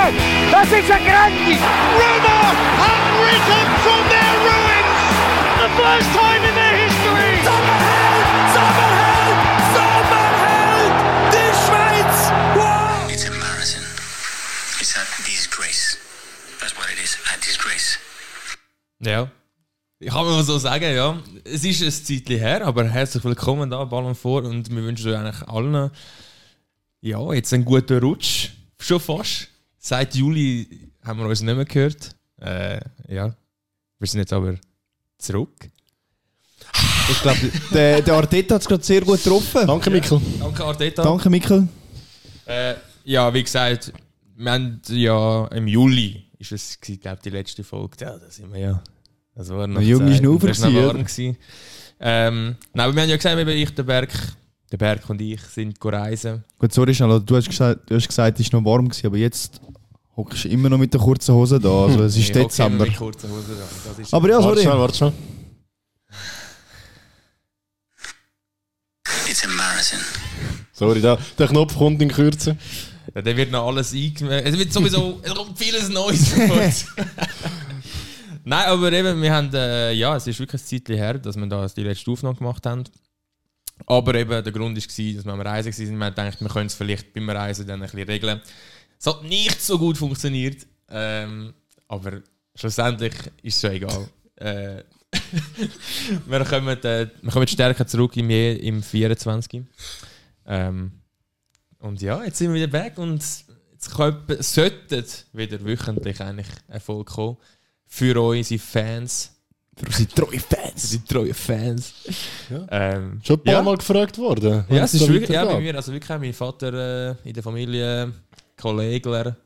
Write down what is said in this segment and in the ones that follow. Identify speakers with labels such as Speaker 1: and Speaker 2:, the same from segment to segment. Speaker 1: Das ist ja grandios!
Speaker 2: Rumor have risen from their ruins. The first time in their history.
Speaker 3: Sommerheld, Sommerheld, Sommerheld, die Schweiz. Wow.
Speaker 4: It's a marathon. It's a disgrace. That's what it is. A disgrace.
Speaker 5: Ja. Ich kann mal so sagen, ja. Es ist ein Zeitchen her, aber herzlich willkommen da, Ballon vor. Und wir wünschen euch eigentlich allen, ja, jetzt einen guten Rutsch. Schon fast. Seit Juli haben wir uns nicht mehr gehört. Äh, ja. Wir sind jetzt aber zurück.
Speaker 6: Ich glaube, der, der Arteta hat es gerade sehr gut getroffen.
Speaker 7: Danke, Mikkel.
Speaker 5: Danke, Arteta.
Speaker 6: Danke, Mikkel.
Speaker 5: Äh, ja, wie gesagt, wir haben ja im Juli, ist es, glaube ich, die letzte Folge. Ja, da sind wir ja. Das war noch
Speaker 6: Ein junger
Speaker 5: Zeit.
Speaker 6: Schnaufer
Speaker 5: Das war noch
Speaker 6: gewesen,
Speaker 5: warm gewesen. Ähm, nein, aber wir haben ja gesagt, eben ich, der Berg, der Berg und ich sind go reisen.
Speaker 6: Gut, sorry, Schnell, du hast gesagt, du hast gesagt, es war noch warm, gewesen, aber jetzt hockst du immer noch mit der kurzen Hose da. Also, es ist
Speaker 5: Ich hocke immer
Speaker 6: Dezember.
Speaker 5: mit kurzen Hosen dran. Das ist
Speaker 6: Aber ja,
Speaker 7: Warte
Speaker 6: sorry.
Speaker 7: schnell, warte schnell.
Speaker 4: It's a marathon.
Speaker 7: Sorry, der, der Knopf kommt in Kürze.
Speaker 5: Ja, Dann wird noch alles eingemeldet. Es wird sowieso, es kommt vieles Neues. Gut. Nein, aber eben, wir haben, äh, ja, es ist wirklich ein Zeitchen her, dass wir da die letzte Aufnahme gemacht haben. Aber eben, der Grund war, dass wir am Reisen waren. Wir haben gedacht, wir können es vielleicht beim Reisen dann ein bisschen regeln. Es hat nicht so gut funktioniert, ähm, aber schlussendlich ist es ja egal. äh, wir, kommen, äh, wir kommen stärker zurück im, Je- im 24. Ähm, und ja, jetzt sind wir wieder back und jetzt könnte- sollten wieder wöchentlich eigentlich Erfolg kommen. Für unsere Fans.
Speaker 6: Für unsere treuen Fans.
Speaker 5: Die treuen Fans.
Speaker 7: Ja.
Speaker 5: Ähm,
Speaker 7: Schon ein paar
Speaker 5: ja.
Speaker 7: Mal gefragt worden.
Speaker 5: Ja, es
Speaker 7: wenn's
Speaker 5: ist
Speaker 7: da
Speaker 5: wirklich, ja, bei
Speaker 7: weitergeht.
Speaker 5: mir, also wirklich auch mein Vater äh, in der Familie, Kollegler.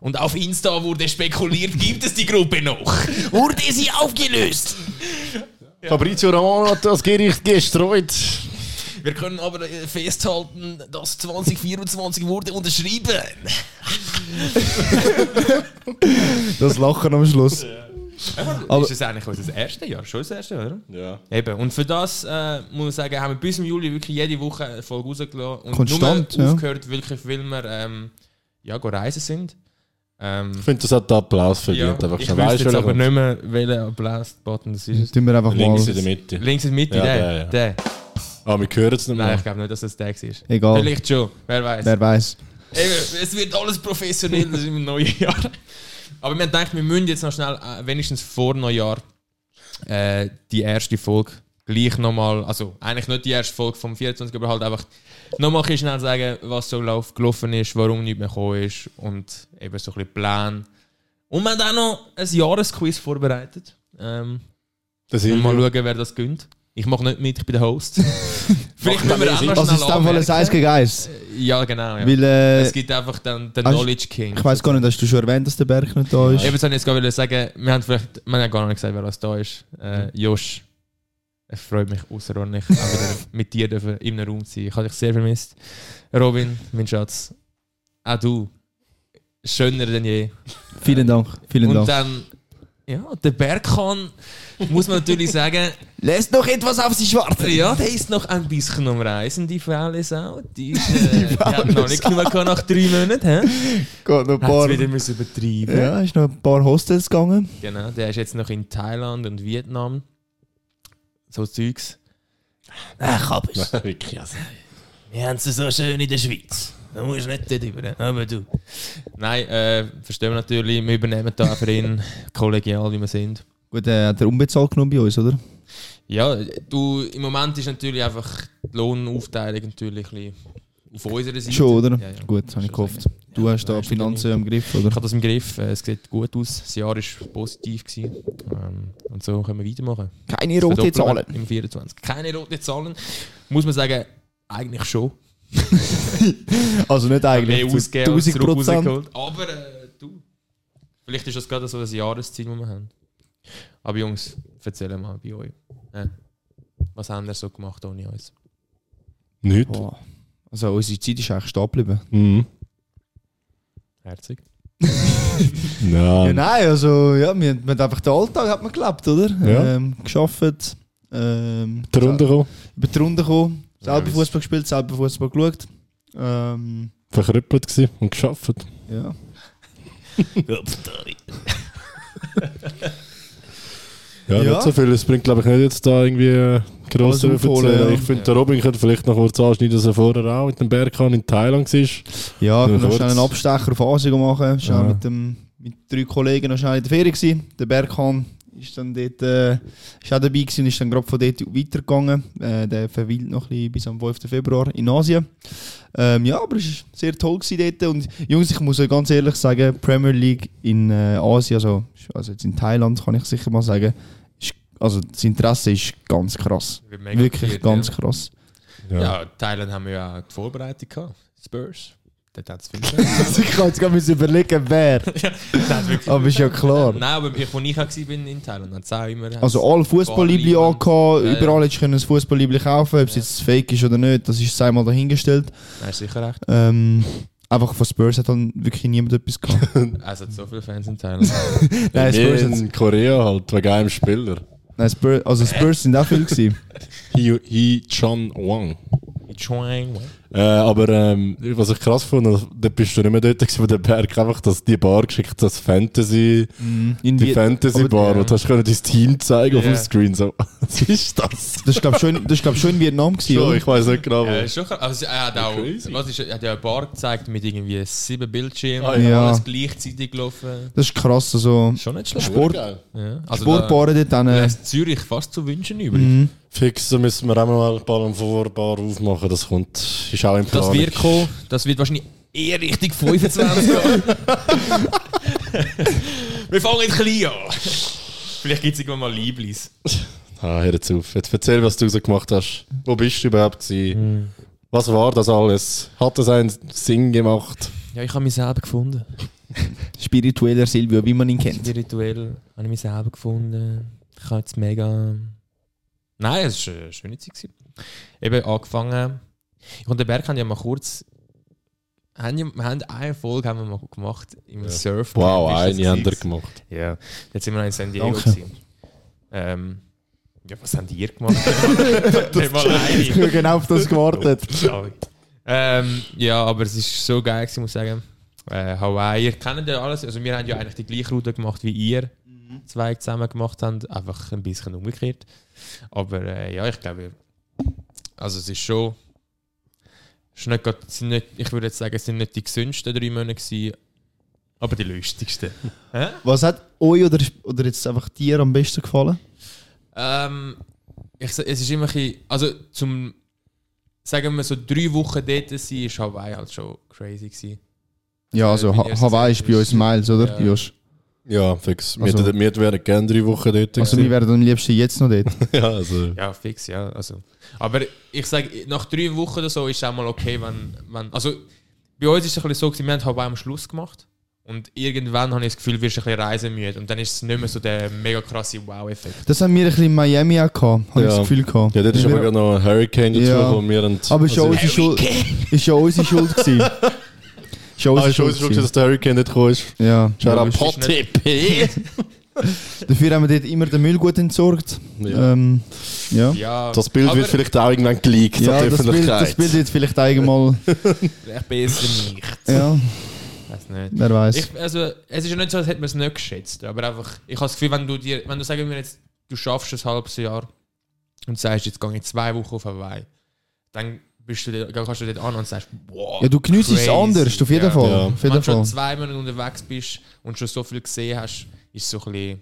Speaker 5: Und auf Insta wurde spekuliert, gibt es die Gruppe noch? Wurde sie aufgelöst?
Speaker 7: Fabrizio Romano hat das Gericht gestreut.
Speaker 5: Wir können aber äh, festhalten, dass 2024 wurde unterschrieben.
Speaker 6: Das Lachen am Schluss.
Speaker 5: Aber ist das eigentlich unser erstes Jahr? Schon das erste, oder?
Speaker 7: Ja.
Speaker 5: Eben, und für das äh, muss ich sagen, haben wir bis im Juli wirklich jede Woche eine Folge rausgelassen und
Speaker 6: Konstant,
Speaker 5: nur
Speaker 6: ja.
Speaker 5: aufgehört, wirklich, weil wir ähm, ja, go reisen sind. Ähm,
Speaker 7: Ich finde, das hat einen Applaus verdient.
Speaker 5: ja,
Speaker 7: einfach
Speaker 5: ich
Speaker 7: schnell.
Speaker 5: wüsste
Speaker 7: Weißt du,
Speaker 5: jetzt
Speaker 7: wer
Speaker 5: aber
Speaker 7: kommt?
Speaker 5: nicht mehr, welcher Blast-Button das
Speaker 6: Das
Speaker 5: ist.
Speaker 6: tun wir einfach
Speaker 7: Links in der
Speaker 6: mal.
Speaker 7: Mitte.
Speaker 5: Links in der Mitte,
Speaker 7: Ja,
Speaker 5: der,
Speaker 7: der, ja.
Speaker 5: der.
Speaker 7: Ah, wir hören es nicht
Speaker 5: Nein,
Speaker 7: mehr.
Speaker 5: ich glaube nicht, dass das der war.
Speaker 6: Egal,
Speaker 5: Vielleicht schon, wer weiß.
Speaker 6: wer weiß.
Speaker 5: Eben, es wird alles professionell das ist im neuen Jahr. Aber wir haben gedacht, wir müssen jetzt noch schnell, äh, wenigstens vor Neujahr, äh, die erste Folge gleich nochmal, also eigentlich nicht die erste Folge vom 24, aber halt einfach nochmal ein bisschen schnell sagen, was so lauf gelaufen ist, warum nicht mehr gekommen ist und eben so ein bisschen Plan. Und wir haben auch noch ein Jahresquiz vorbereitet. Ähm,
Speaker 7: Das
Speaker 5: und
Speaker 7: ist
Speaker 5: mal schauen, wer das gönnt. Ich mache nicht mit, ich bin der Host. Vielleicht müssen wir auch noch
Speaker 6: Also, es ist dann mal
Speaker 5: schnell
Speaker 6: ein 1
Speaker 5: anmerken.
Speaker 6: gegen 1.
Speaker 5: Ja, genau. Ja.
Speaker 6: Weil, äh,
Speaker 5: Es gibt einfach dann den
Speaker 6: hast-
Speaker 5: Knowledge King.
Speaker 6: ich weiß gar nicht, hast du schon erwähnt, dass der Berg nicht da ist?
Speaker 5: Eben, das wollte ich jetzt gerade sagen, wir haben vielleicht, wir haben ja gar nicht gesagt, wer das da ist.
Speaker 6: Mhm.
Speaker 5: Äh, Josh, es freut mich außerordentlich, auch wieder mit dir dürfen in einem Raum zu sein. Ich habe dich sehr vermisst. Robin, mein Schatz, auch du, schöner denn je.
Speaker 6: Vielen Dank. Vielen
Speaker 5: Und
Speaker 6: Dank.
Speaker 5: dann, ja, der Bergkan, muss man natürlich sagen,
Speaker 6: Lässt noch etwas auf sich warten.
Speaker 5: ja, der ist noch ein bisschen am Reisen, die faule Sau. Die, ist, äh, die hat noch nicht genug gehabt nach drei Monaten. hä?
Speaker 6: Geht noch ein
Speaker 5: Hat
Speaker 6: paar.
Speaker 5: es wieder müssen übertreiben
Speaker 6: Ja, ist noch ein paar Hostels gegangen.
Speaker 5: Genau, der ist jetzt noch in Thailand und Vietnam. So Zeugs. Ach, hab es.
Speaker 7: wirklich. Also.
Speaker 5: Wir haben es so schön in der Schweiz. Da musst du nicht drüber, aber du. Nein, äh, verstehen wir natürlich. Wir übernehmen da für ihn kollegial, wie wir sind.
Speaker 6: Gut, äh, hat er unbezahlt genommen bei uns, oder?
Speaker 5: Ja, du, im Moment ist natürlich einfach die Lohnaufteilung natürlich ein bisschen auf unserer Seite.
Speaker 6: Schon, oder?
Speaker 5: Ja, ja.
Speaker 6: Gut, habe ich gehofft. Du hast da
Speaker 5: nein,
Speaker 6: die Finanzen im Griff, oder?
Speaker 5: Ich habe das im Griff. Äh, Es sieht gut aus. Das Jahr war positiv. Gewesen. Ähm, und so können wir weitermachen.
Speaker 6: Keine
Speaker 5: Verdoppelung Im 24. Keine roten Zahlen. Muss man sagen, eigentlich schon.
Speaker 6: Also nicht eigentlich.
Speaker 5: Mehr
Speaker 6: zu
Speaker 5: ausgegeben als
Speaker 6: 1000
Speaker 5: zurück
Speaker 6: Prozent.
Speaker 5: rausgeholt. Aber äh, du, vielleicht ist das gerade so ein Jahresziel, das wir haben. Aber Jungs, erzähl mal bei euch. Äh, was haben wir so gemacht ohne uns?
Speaker 7: Nicht.
Speaker 6: Boah. Also unsere Zeit ist eigentlich stehen geblieben.
Speaker 7: Mhm.
Speaker 5: Herzig.
Speaker 6: Ja,
Speaker 7: Nein.
Speaker 6: nein, also ja, wir, haben- wir haben einfach den Alltag hat man gelebt, oder?
Speaker 7: Ja.
Speaker 6: Ähm, geschafft, ähm,
Speaker 7: Die Runde kommen.
Speaker 6: über die Runde gekommen, selber
Speaker 5: Ja,
Speaker 6: Fußball gespielt, selber Fußball geschaut. Ähm,
Speaker 7: Verkrüppelt gewesen und geschafft.
Speaker 6: ja.
Speaker 7: Ja,
Speaker 6: Ja.
Speaker 7: nicht so viel. Es bringt, glaube ich, nicht jetzt da irgendwie äh, gross
Speaker 6: Alles
Speaker 7: zu
Speaker 6: aufholen,
Speaker 7: erzählen.
Speaker 6: ja.
Speaker 7: Ich finde, der Robin könnte vielleicht noch kurz anschneiden, dass er vorher auch mit dem Bergkan in Thailand war.
Speaker 6: Ja,
Speaker 7: Nur
Speaker 6: noch
Speaker 7: kurz.
Speaker 6: schnell einen Abstecher auf Asien machen. Ich war
Speaker 7: Ja.
Speaker 6: mit, dem, mit drei Kollegen noch schnell in der Ferien. Gewesen. Der Berghahn ist dann dort äh, ist auch dabei gewesen und ist dann gerade von dort weitergegangen. Äh, der verweilt noch ein bisschen bis am 5. Februar in Asien. Ähm, ja, aber es war sehr toll gewesen dort. Und Jungs, ich muss euch ganz ehrlich sagen, Premier League in äh, Asien, also, also jetzt in Thailand kann ich sicher mal sagen, ist, also das Interesse ist ganz krass.
Speaker 5: Ich bin mega
Speaker 6: Wirklich
Speaker 5: gefühlt,
Speaker 6: ganz
Speaker 5: ja.
Speaker 6: krass.
Speaker 5: Ja, Thailand haben wir ja auch die Vorbereitung gehabt. Spurs. Dort hat es viel besser.
Speaker 6: ich kann jetzt gar nicht überlegen, wer. aber ist ja klar.
Speaker 5: Nein, aber ich, wo ich auch war bin in Thailand, hat es auch immer.
Speaker 6: Also alle Fußballliebli
Speaker 5: Bali-
Speaker 6: angehabt,
Speaker 5: Ja, ja.
Speaker 6: überall hättest du können ein Fußballliebli kaufen, ob es jetzt fake ist oder nicht, das ist einmal dahingestellt.
Speaker 5: Nein, sicher recht.
Speaker 6: Ähm, einfach von Spurs hat dann wirklich niemand etwas gehabt.
Speaker 5: Es hat Also, so viele Fans in Thailand.
Speaker 6: nein,
Speaker 7: Wie
Speaker 6: Spurs, hat's-
Speaker 7: in Korea halt, wegen einem Spieler.
Speaker 6: nein, Spurs, also Spurs sind auch viel gewesen.
Speaker 7: He, He Chan Wang.
Speaker 5: Chuang.
Speaker 7: Äh, aber ähm, was ich krass fand, also, da bist du nicht mehr dort gewesen, wo der Berg einfach dass die Bar geschickt das Fantasy,
Speaker 5: Mhm.
Speaker 6: In
Speaker 7: die
Speaker 6: wie-
Speaker 7: Fantasy
Speaker 6: aber-
Speaker 7: Bar, wo du hast können dein Team zeigen auf
Speaker 5: Ja.
Speaker 7: dem Screen. So, was ist das?
Speaker 6: Das ist glaube schon, das ist, glaub, schon in Vietnam gewesen,
Speaker 7: Schon,
Speaker 6: oder?
Speaker 7: ich weiß nicht genau. wo.
Speaker 5: Äh, schon krass. Also, er hat auch,
Speaker 7: Crazy.
Speaker 5: was ist, er hat ja eine Bar gezeigt mit irgendwie sieben Bildschirmen,
Speaker 7: Ah,
Speaker 6: ja.
Speaker 5: alles gleichzeitig gelaufen.
Speaker 6: Das ist krass, also
Speaker 5: Schon nicht schlecht.
Speaker 6: Sport, äh.
Speaker 7: Geil.
Speaker 5: Ja. Also
Speaker 6: Sportbaren dort
Speaker 5: da
Speaker 6: dann,
Speaker 5: lässt Zürich fast zu wünschen übrig.
Speaker 7: Fix, da müssen wir auch mal ein paar am Vorbar aufmachen, das kommt, ist auch im Plan.
Speaker 5: Das wird kommen, das wird wahrscheinlich eher richtig 25 gehen. Wir fangen jetzt klein an. Vielleicht gibt es irgendwann mal Lieblis.
Speaker 7: Ah, hör jetzt auf, jetzt erzähl, was du so gemacht hast. Wo bist du überhaupt
Speaker 5: Mhm.
Speaker 7: gewesen? Was war das alles? Hat das einen Sinn gemacht?
Speaker 5: Ja, ich habe mich selber gefunden.
Speaker 6: spiritueller Silvio, wie man ihn kennt.
Speaker 5: Spirituell habe ich mich selber gefunden. Ich habe jetzt mega. Nein, es war eine schöne Zeit. gewesen. Eben angefangen. Ich und der Berg haben ja mal kurz. Haben, ja- wir haben eine Folge haben wir mal gemacht im Surf.
Speaker 7: Wow, eine haben wir gemacht.
Speaker 5: Ja, jetzt sind wir noch in San Diego.
Speaker 6: Danke.
Speaker 5: gewesen. Ähm, ja, was haben ihr gemacht? Nicht mal eine.
Speaker 6: habe genau auf das gewartet.
Speaker 5: ähm, ja, aber es ist so geil, gewesen, muss ich sagen. Äh, Hawaii, ihr kennt ja alles. Also wir haben ja eigentlich die gleiche Route gemacht wie ihr. Zwei zusammen gemacht haben, einfach ein bisschen umgekehrt. Aber äh, ja, ich glaube, also es ist schon. Ist nicht grad, sind nicht, ich würde jetzt sagen, es sind nicht die gesündesten drei Monate, gewesen, aber die lustigsten.
Speaker 6: Was hat euch oder, oder jetzt einfach dir am besten gefallen?
Speaker 5: Ähm, ich, sa- es ist immer ein bisschen, also zum, sagen wir so drei Wochen dort sein, ist Hawaii halt schon crazy gewesen.
Speaker 6: Ja,
Speaker 5: also
Speaker 6: also
Speaker 5: Ha-
Speaker 6: Hawaii ist bei uns Miles, oder?
Speaker 5: Ja.
Speaker 6: Josh?
Speaker 7: Ja, fix. Wir,
Speaker 6: Also-
Speaker 7: hätten- wir wären gerne drei Wochen dort.
Speaker 6: Also wir
Speaker 7: gewesen.
Speaker 6: wären am liebsten jetzt noch dort.
Speaker 7: ja, also.
Speaker 5: Ja, fix, ja, also. Aber ich sage, nach drei Wochen oder so ist es auch mal okay, wenn, wenn, also bei uns ist es ein bisschen so gewesen, wir haben Hawaii am Schluss gemacht und irgendwann habe ich das Gefühl, wirst du ein bisschen reisemüde und dann ist es nicht mehr so der mega krasse Wow-Effekt.
Speaker 6: Das haben wir ein bisschen in Miami auch gehabt, habe ich das
Speaker 7: Ja.
Speaker 6: Gefühl gehabt.
Speaker 7: Ja, dort ist
Speaker 6: Wir-
Speaker 7: aber Also, gerade noch ein Hurricane dazu,
Speaker 6: Ja. Ah,
Speaker 7: wo wir ein.
Speaker 6: aber ist ja
Speaker 7: Ah,
Speaker 6: unsere Schuld. Ist ja unsere Schuld gewesen. Ist ja
Speaker 7: Ah,
Speaker 6: unsere
Speaker 7: ist schon,
Speaker 6: Schuld.
Speaker 7: schon,
Speaker 6: gewesen.
Speaker 7: dass der Hurricane nicht gekommen ist.
Speaker 6: Ja.
Speaker 7: Schau
Speaker 5: es ist
Speaker 7: TP!
Speaker 6: Dafür haben wir dort immer den Müll gut entsorgt.
Speaker 7: Ja.
Speaker 6: Ähm, ja.
Speaker 5: Ja,
Speaker 7: Das Bild
Speaker 5: aber
Speaker 7: wird vielleicht auch irgendwann geleakt
Speaker 6: Ja,
Speaker 7: an die
Speaker 6: das Bild, das
Speaker 7: Öffentlichkeit.
Speaker 6: Bild jetzt vielleicht einmal.
Speaker 5: vielleicht besser nicht.
Speaker 6: Ja,
Speaker 5: Weiß nicht.
Speaker 6: wer weiß.
Speaker 5: Ich, also, es ist ja nicht so, als hätte man es nicht geschätzt. Aber einfach, ich habe das Gefühl, wenn du dir, wenn du sagen wir jetzt, du schaffst ein halbes Jahr und sagst, jetzt gehe ich zwei Wochen auf Hawaii, dann bist du, dort- kannst du dort an und sagst, wow.
Speaker 6: Ja, du geniesst es
Speaker 5: crazy.
Speaker 6: anders, auf jeden
Speaker 5: Ja.
Speaker 6: Fall.
Speaker 7: Ja.
Speaker 6: Auf
Speaker 5: Wenn
Speaker 6: jeden
Speaker 5: du schon
Speaker 6: Fall.
Speaker 5: zwei Monate unterwegs bist und schon so viel gesehen hast, ist es so ein bisschen.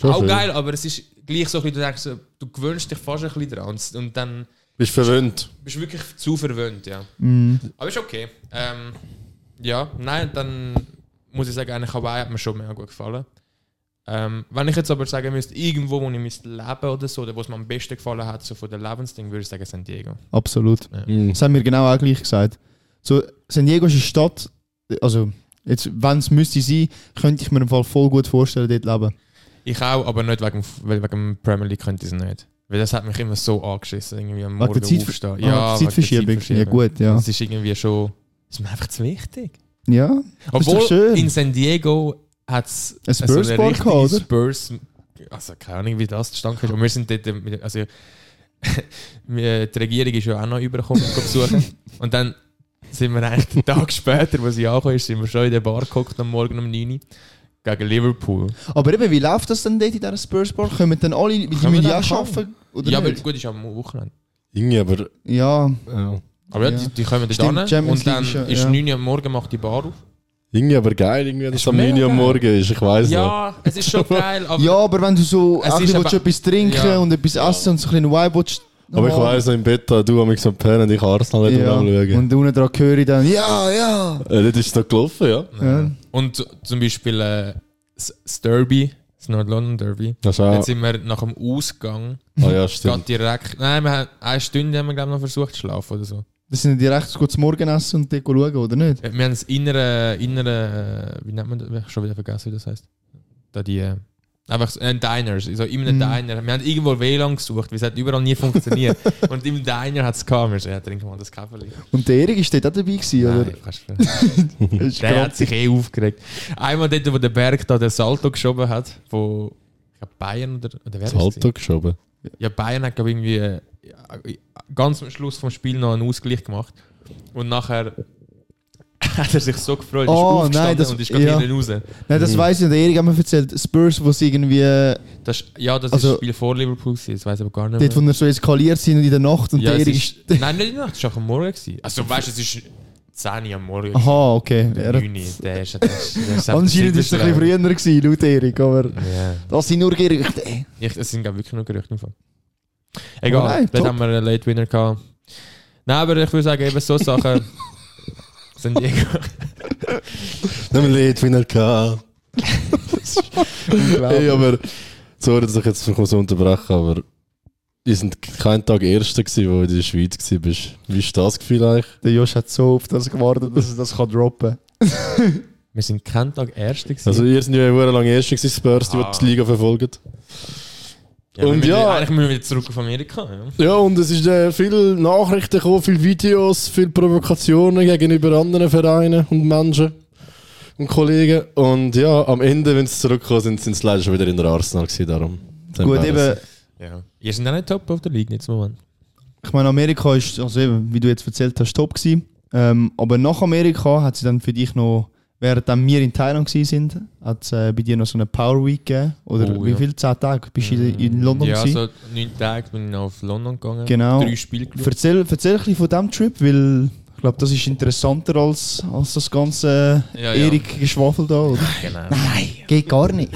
Speaker 7: Schon
Speaker 5: auch
Speaker 7: schön.
Speaker 5: geil, aber es ist gleich so ein bisschen, du denkst, so, du gewöhnst dich fast ein bisschen dran und, und dann
Speaker 7: Bist verwöhnt.
Speaker 5: bist du wirklich zu verwöhnt, ja.
Speaker 6: Mhm.
Speaker 5: Aber ist okay. Ähm, ja, nein, dann muss ich sagen, eigentlich Hawaii hat mir schon mega gut gefallen. Ähm, wenn ich jetzt aber sagen müsste, irgendwo, wo ich müsste leben oder so, oder wo es mir am besten gefallen hat, so von den Lebensdingen, würde ich sagen San Diego.
Speaker 6: Absolut.
Speaker 7: Mhm.
Speaker 6: Das haben wir genau auch gleich gesagt. So, San Diego ist eine Stadt, also jetzt, wenn es müsste sein, könnte ich mir im Fall voll gut vorstellen, dort leben.
Speaker 5: Ich auch, aber nicht wegen, weil wegen dem Premier League könnte ich es nicht. Weil das hat mich immer so angeschissen, irgendwie am
Speaker 6: Wegen
Speaker 5: Morgen
Speaker 6: der Zeitver-
Speaker 5: aufstehen.
Speaker 6: Ah, die
Speaker 5: wegen der
Speaker 6: Zeitverschiebung. Ja, gut, ja.
Speaker 5: Das ist irgendwie schon... Das ist mir einfach zu wichtig.
Speaker 6: Ja, ist doch
Speaker 5: Obwohl
Speaker 6: schön.
Speaker 5: in San Diego also hat es
Speaker 6: Ein Spurs-Bar gehabt, oder?
Speaker 5: Spurs. Also keine Ahnung, wie das zustande ist. Und wir sind dort, äh, mit- also wir- die Regierung ist ja auch noch übergekommen, um zu besuchen. Und dann sind wir eigentlich einen Tag später, wo sie angekommen ist, sind wir schon in der Bar geguckt am Morgen um 9 Uhr gegen Liverpool.
Speaker 6: Aber eben, wie läuft das denn dort in dieser Spurs-Bar? Kommen dann alle, weil die
Speaker 5: Kommen
Speaker 6: müssen
Speaker 5: dann
Speaker 6: ja
Speaker 5: alle?
Speaker 6: arbeiten, oder
Speaker 5: ja, aber
Speaker 6: nicht?
Speaker 5: gut, ist am Wochenende.
Speaker 7: Irgendwie, aber.
Speaker 6: Ja,
Speaker 7: Ja.
Speaker 5: Aber ja,
Speaker 6: Ja.
Speaker 5: die, die kommen
Speaker 6: Stimmt,
Speaker 5: da hin
Speaker 6: Champions
Speaker 5: und dann
Speaker 6: League ist ja-
Speaker 5: ist
Speaker 6: ja.
Speaker 5: 9 Uhr am Morgen macht die Bar auf.
Speaker 7: Irgendwie aber geil, irgendwie, dass
Speaker 5: Ist
Speaker 7: es am
Speaker 5: mega
Speaker 7: 9 Uhr am
Speaker 5: geil.
Speaker 7: Morgen ist, ich weiß nicht.
Speaker 5: Ja, es ist schon geil, aber
Speaker 6: ja, aber wenn du so
Speaker 5: Es
Speaker 6: auch ein
Speaker 5: ist
Speaker 6: bisschen willst,
Speaker 5: eben-
Speaker 6: etwas trinken
Speaker 5: Ja.
Speaker 6: und etwas essen und so ein bisschen Vibe willst,
Speaker 7: Aber ich
Speaker 6: haben.
Speaker 7: weiss noch im Bett, da du am so pennen und ich Arsenal nicht
Speaker 6: Oh. ja.
Speaker 7: am Schauen.
Speaker 6: Und unten dran höre ich dann, ja, ja.
Speaker 7: Äh, das ist noch gelaufen, ja.
Speaker 6: ja.
Speaker 5: Und z- zum Beispiel äh, das das Derby, das North London Derby.
Speaker 7: Das ist auch,
Speaker 5: Jetzt sind wir nach dem Ausgang
Speaker 7: ah ja,
Speaker 5: gerade
Speaker 7: stimmt.
Speaker 5: direkt. Nein, wir haben eine Stunde haben wir, glaube ich, noch versucht zu schlafen oder so.
Speaker 6: Das sind ja direkt kurz Morgenessen und dort schauen, oder nicht?
Speaker 5: Äh, Wir haben das innere, innere äh, wie nennt man das? Ich habe schon wieder vergessen, wie das heißt. Da die. Äh, Einfach so- äh, Diners, so in einem
Speaker 6: Mhm.
Speaker 5: Diner. Wir haben irgendwo WLAN gesucht, weil es hat überall nie funktioniert. Und im Diner hat es gehabt. Wir so, ja, trinken wir mal das Kaffee.
Speaker 6: Und der Erik ist dort auch dabei gewesen, oder?
Speaker 5: Nein, kannst du-
Speaker 6: Das ist
Speaker 5: Der hat
Speaker 6: krass.
Speaker 5: sich eh aufgeregt. Einmal dort, wo der Berg da den Salto geschoben hat, wo ich glaub, Bayern oder, oder wer ist es?
Speaker 7: Salto geschoben.
Speaker 5: Ja, Bayern hat glaub, irgendwie äh, ja, ganz am Schluss vom Spiel noch einen Ausgleich gemacht. Und nachher hat er sich so gefreut, ist
Speaker 6: Oh, nein,
Speaker 5: aufgestanden
Speaker 6: das-
Speaker 5: und ist gerade
Speaker 6: ja.
Speaker 5: hinten raus.
Speaker 6: Nein, das weiss ich nicht. Der Erik hat mir erzählt, Spurs, wo sie irgendwie,
Speaker 5: Das, ist- ja, das
Speaker 6: Also-
Speaker 5: ist das Spiel vor Liverpool, gewesen, das weiß ich aber gar nicht
Speaker 6: dort, wo
Speaker 5: mehr.
Speaker 6: wir so eskaliert sind und in der Nacht und
Speaker 5: Ja,
Speaker 6: der
Speaker 5: es
Speaker 6: Erik
Speaker 5: ist,
Speaker 6: ist...
Speaker 5: nein, nicht in der Nacht, es war auch am Morgen. Gewesen. Also weißt du, es ist 10 Uhr am Morgen.
Speaker 6: Aha, okay.
Speaker 5: Der
Speaker 6: Er
Speaker 5: Juni, der ist, der ist, der ist
Speaker 6: Anscheinend ist es ein bisschen früher gewesen, laut Erik, aber...
Speaker 5: Ja.
Speaker 6: Das sind nur Gerüchte.
Speaker 5: Ich, es sind glaub, wirklich nur Gerüchte im Fall.
Speaker 6: Oh
Speaker 5: Egal,
Speaker 6: nein,
Speaker 5: dort
Speaker 6: top.
Speaker 5: haben wir einen Late Winner gehabt. Nein, aber ich würde sagen, eben so Sachen sind irgendwie.
Speaker 7: Nimm ein Lied, wie er kann. Ey, aber. Sorry, dass ich jetzt noch so unterbreche, aber. Wir sind keinen Tag Erster, gewesen, wo du in der Schweiz warst. Wie ist das Gefühl eigentlich?
Speaker 6: Der Josh hat so auf das gewartet, dass er das kann droppen
Speaker 5: Wir sind keinen Tag Erste gewesen.
Speaker 7: Also, ihr seid ja sehr lange Erster, gewesen, Spurs, die
Speaker 5: Ah.
Speaker 7: die Liga verfolgen.
Speaker 5: ja, wir
Speaker 7: und
Speaker 5: müssen-
Speaker 7: ja.
Speaker 5: Eigentlich müssen wir wieder zurück auf Amerika. Ja.
Speaker 7: Ja, und es ist äh, viel Nachrichten gekommen, viele Videos, viele Provokationen gegenüber anderen Vereinen und Menschen und Kollegen. Und ja, am Ende, wenn sie zurückgekommen sind, sind sie leider schon wieder in der Arsenal gewesen, darum.
Speaker 6: Gut, eben,
Speaker 5: Ja. Ihr seid auch nicht top auf der League jetzt im Moment.
Speaker 6: ich meine, Amerika ist, also eben, wie du jetzt erzählt hast, top gewesen. Ähm, aber nach Amerika hat sie dann für dich noch, während dann wir in Thailand gewesen sind, hat es äh, bei dir noch so eine Power Week gegeben. Oder
Speaker 5: Oh,
Speaker 6: wie
Speaker 5: ja.
Speaker 6: viel? Zehn Tage? Bist du in- in London
Speaker 5: Ja,
Speaker 6: gewesen?
Speaker 5: so neun Tage bin ich noch auf London gegangen.
Speaker 6: Genau.
Speaker 5: Drei Spiele geschaut.
Speaker 6: Erzähl, erzähl ein bisschen von diesem Trip, weil ich glaube, das ist interessanter als, als das ganze
Speaker 5: Ja, ja.
Speaker 6: Erik-Geschwafel da, oder?
Speaker 5: Genau.
Speaker 6: Geht gar nicht.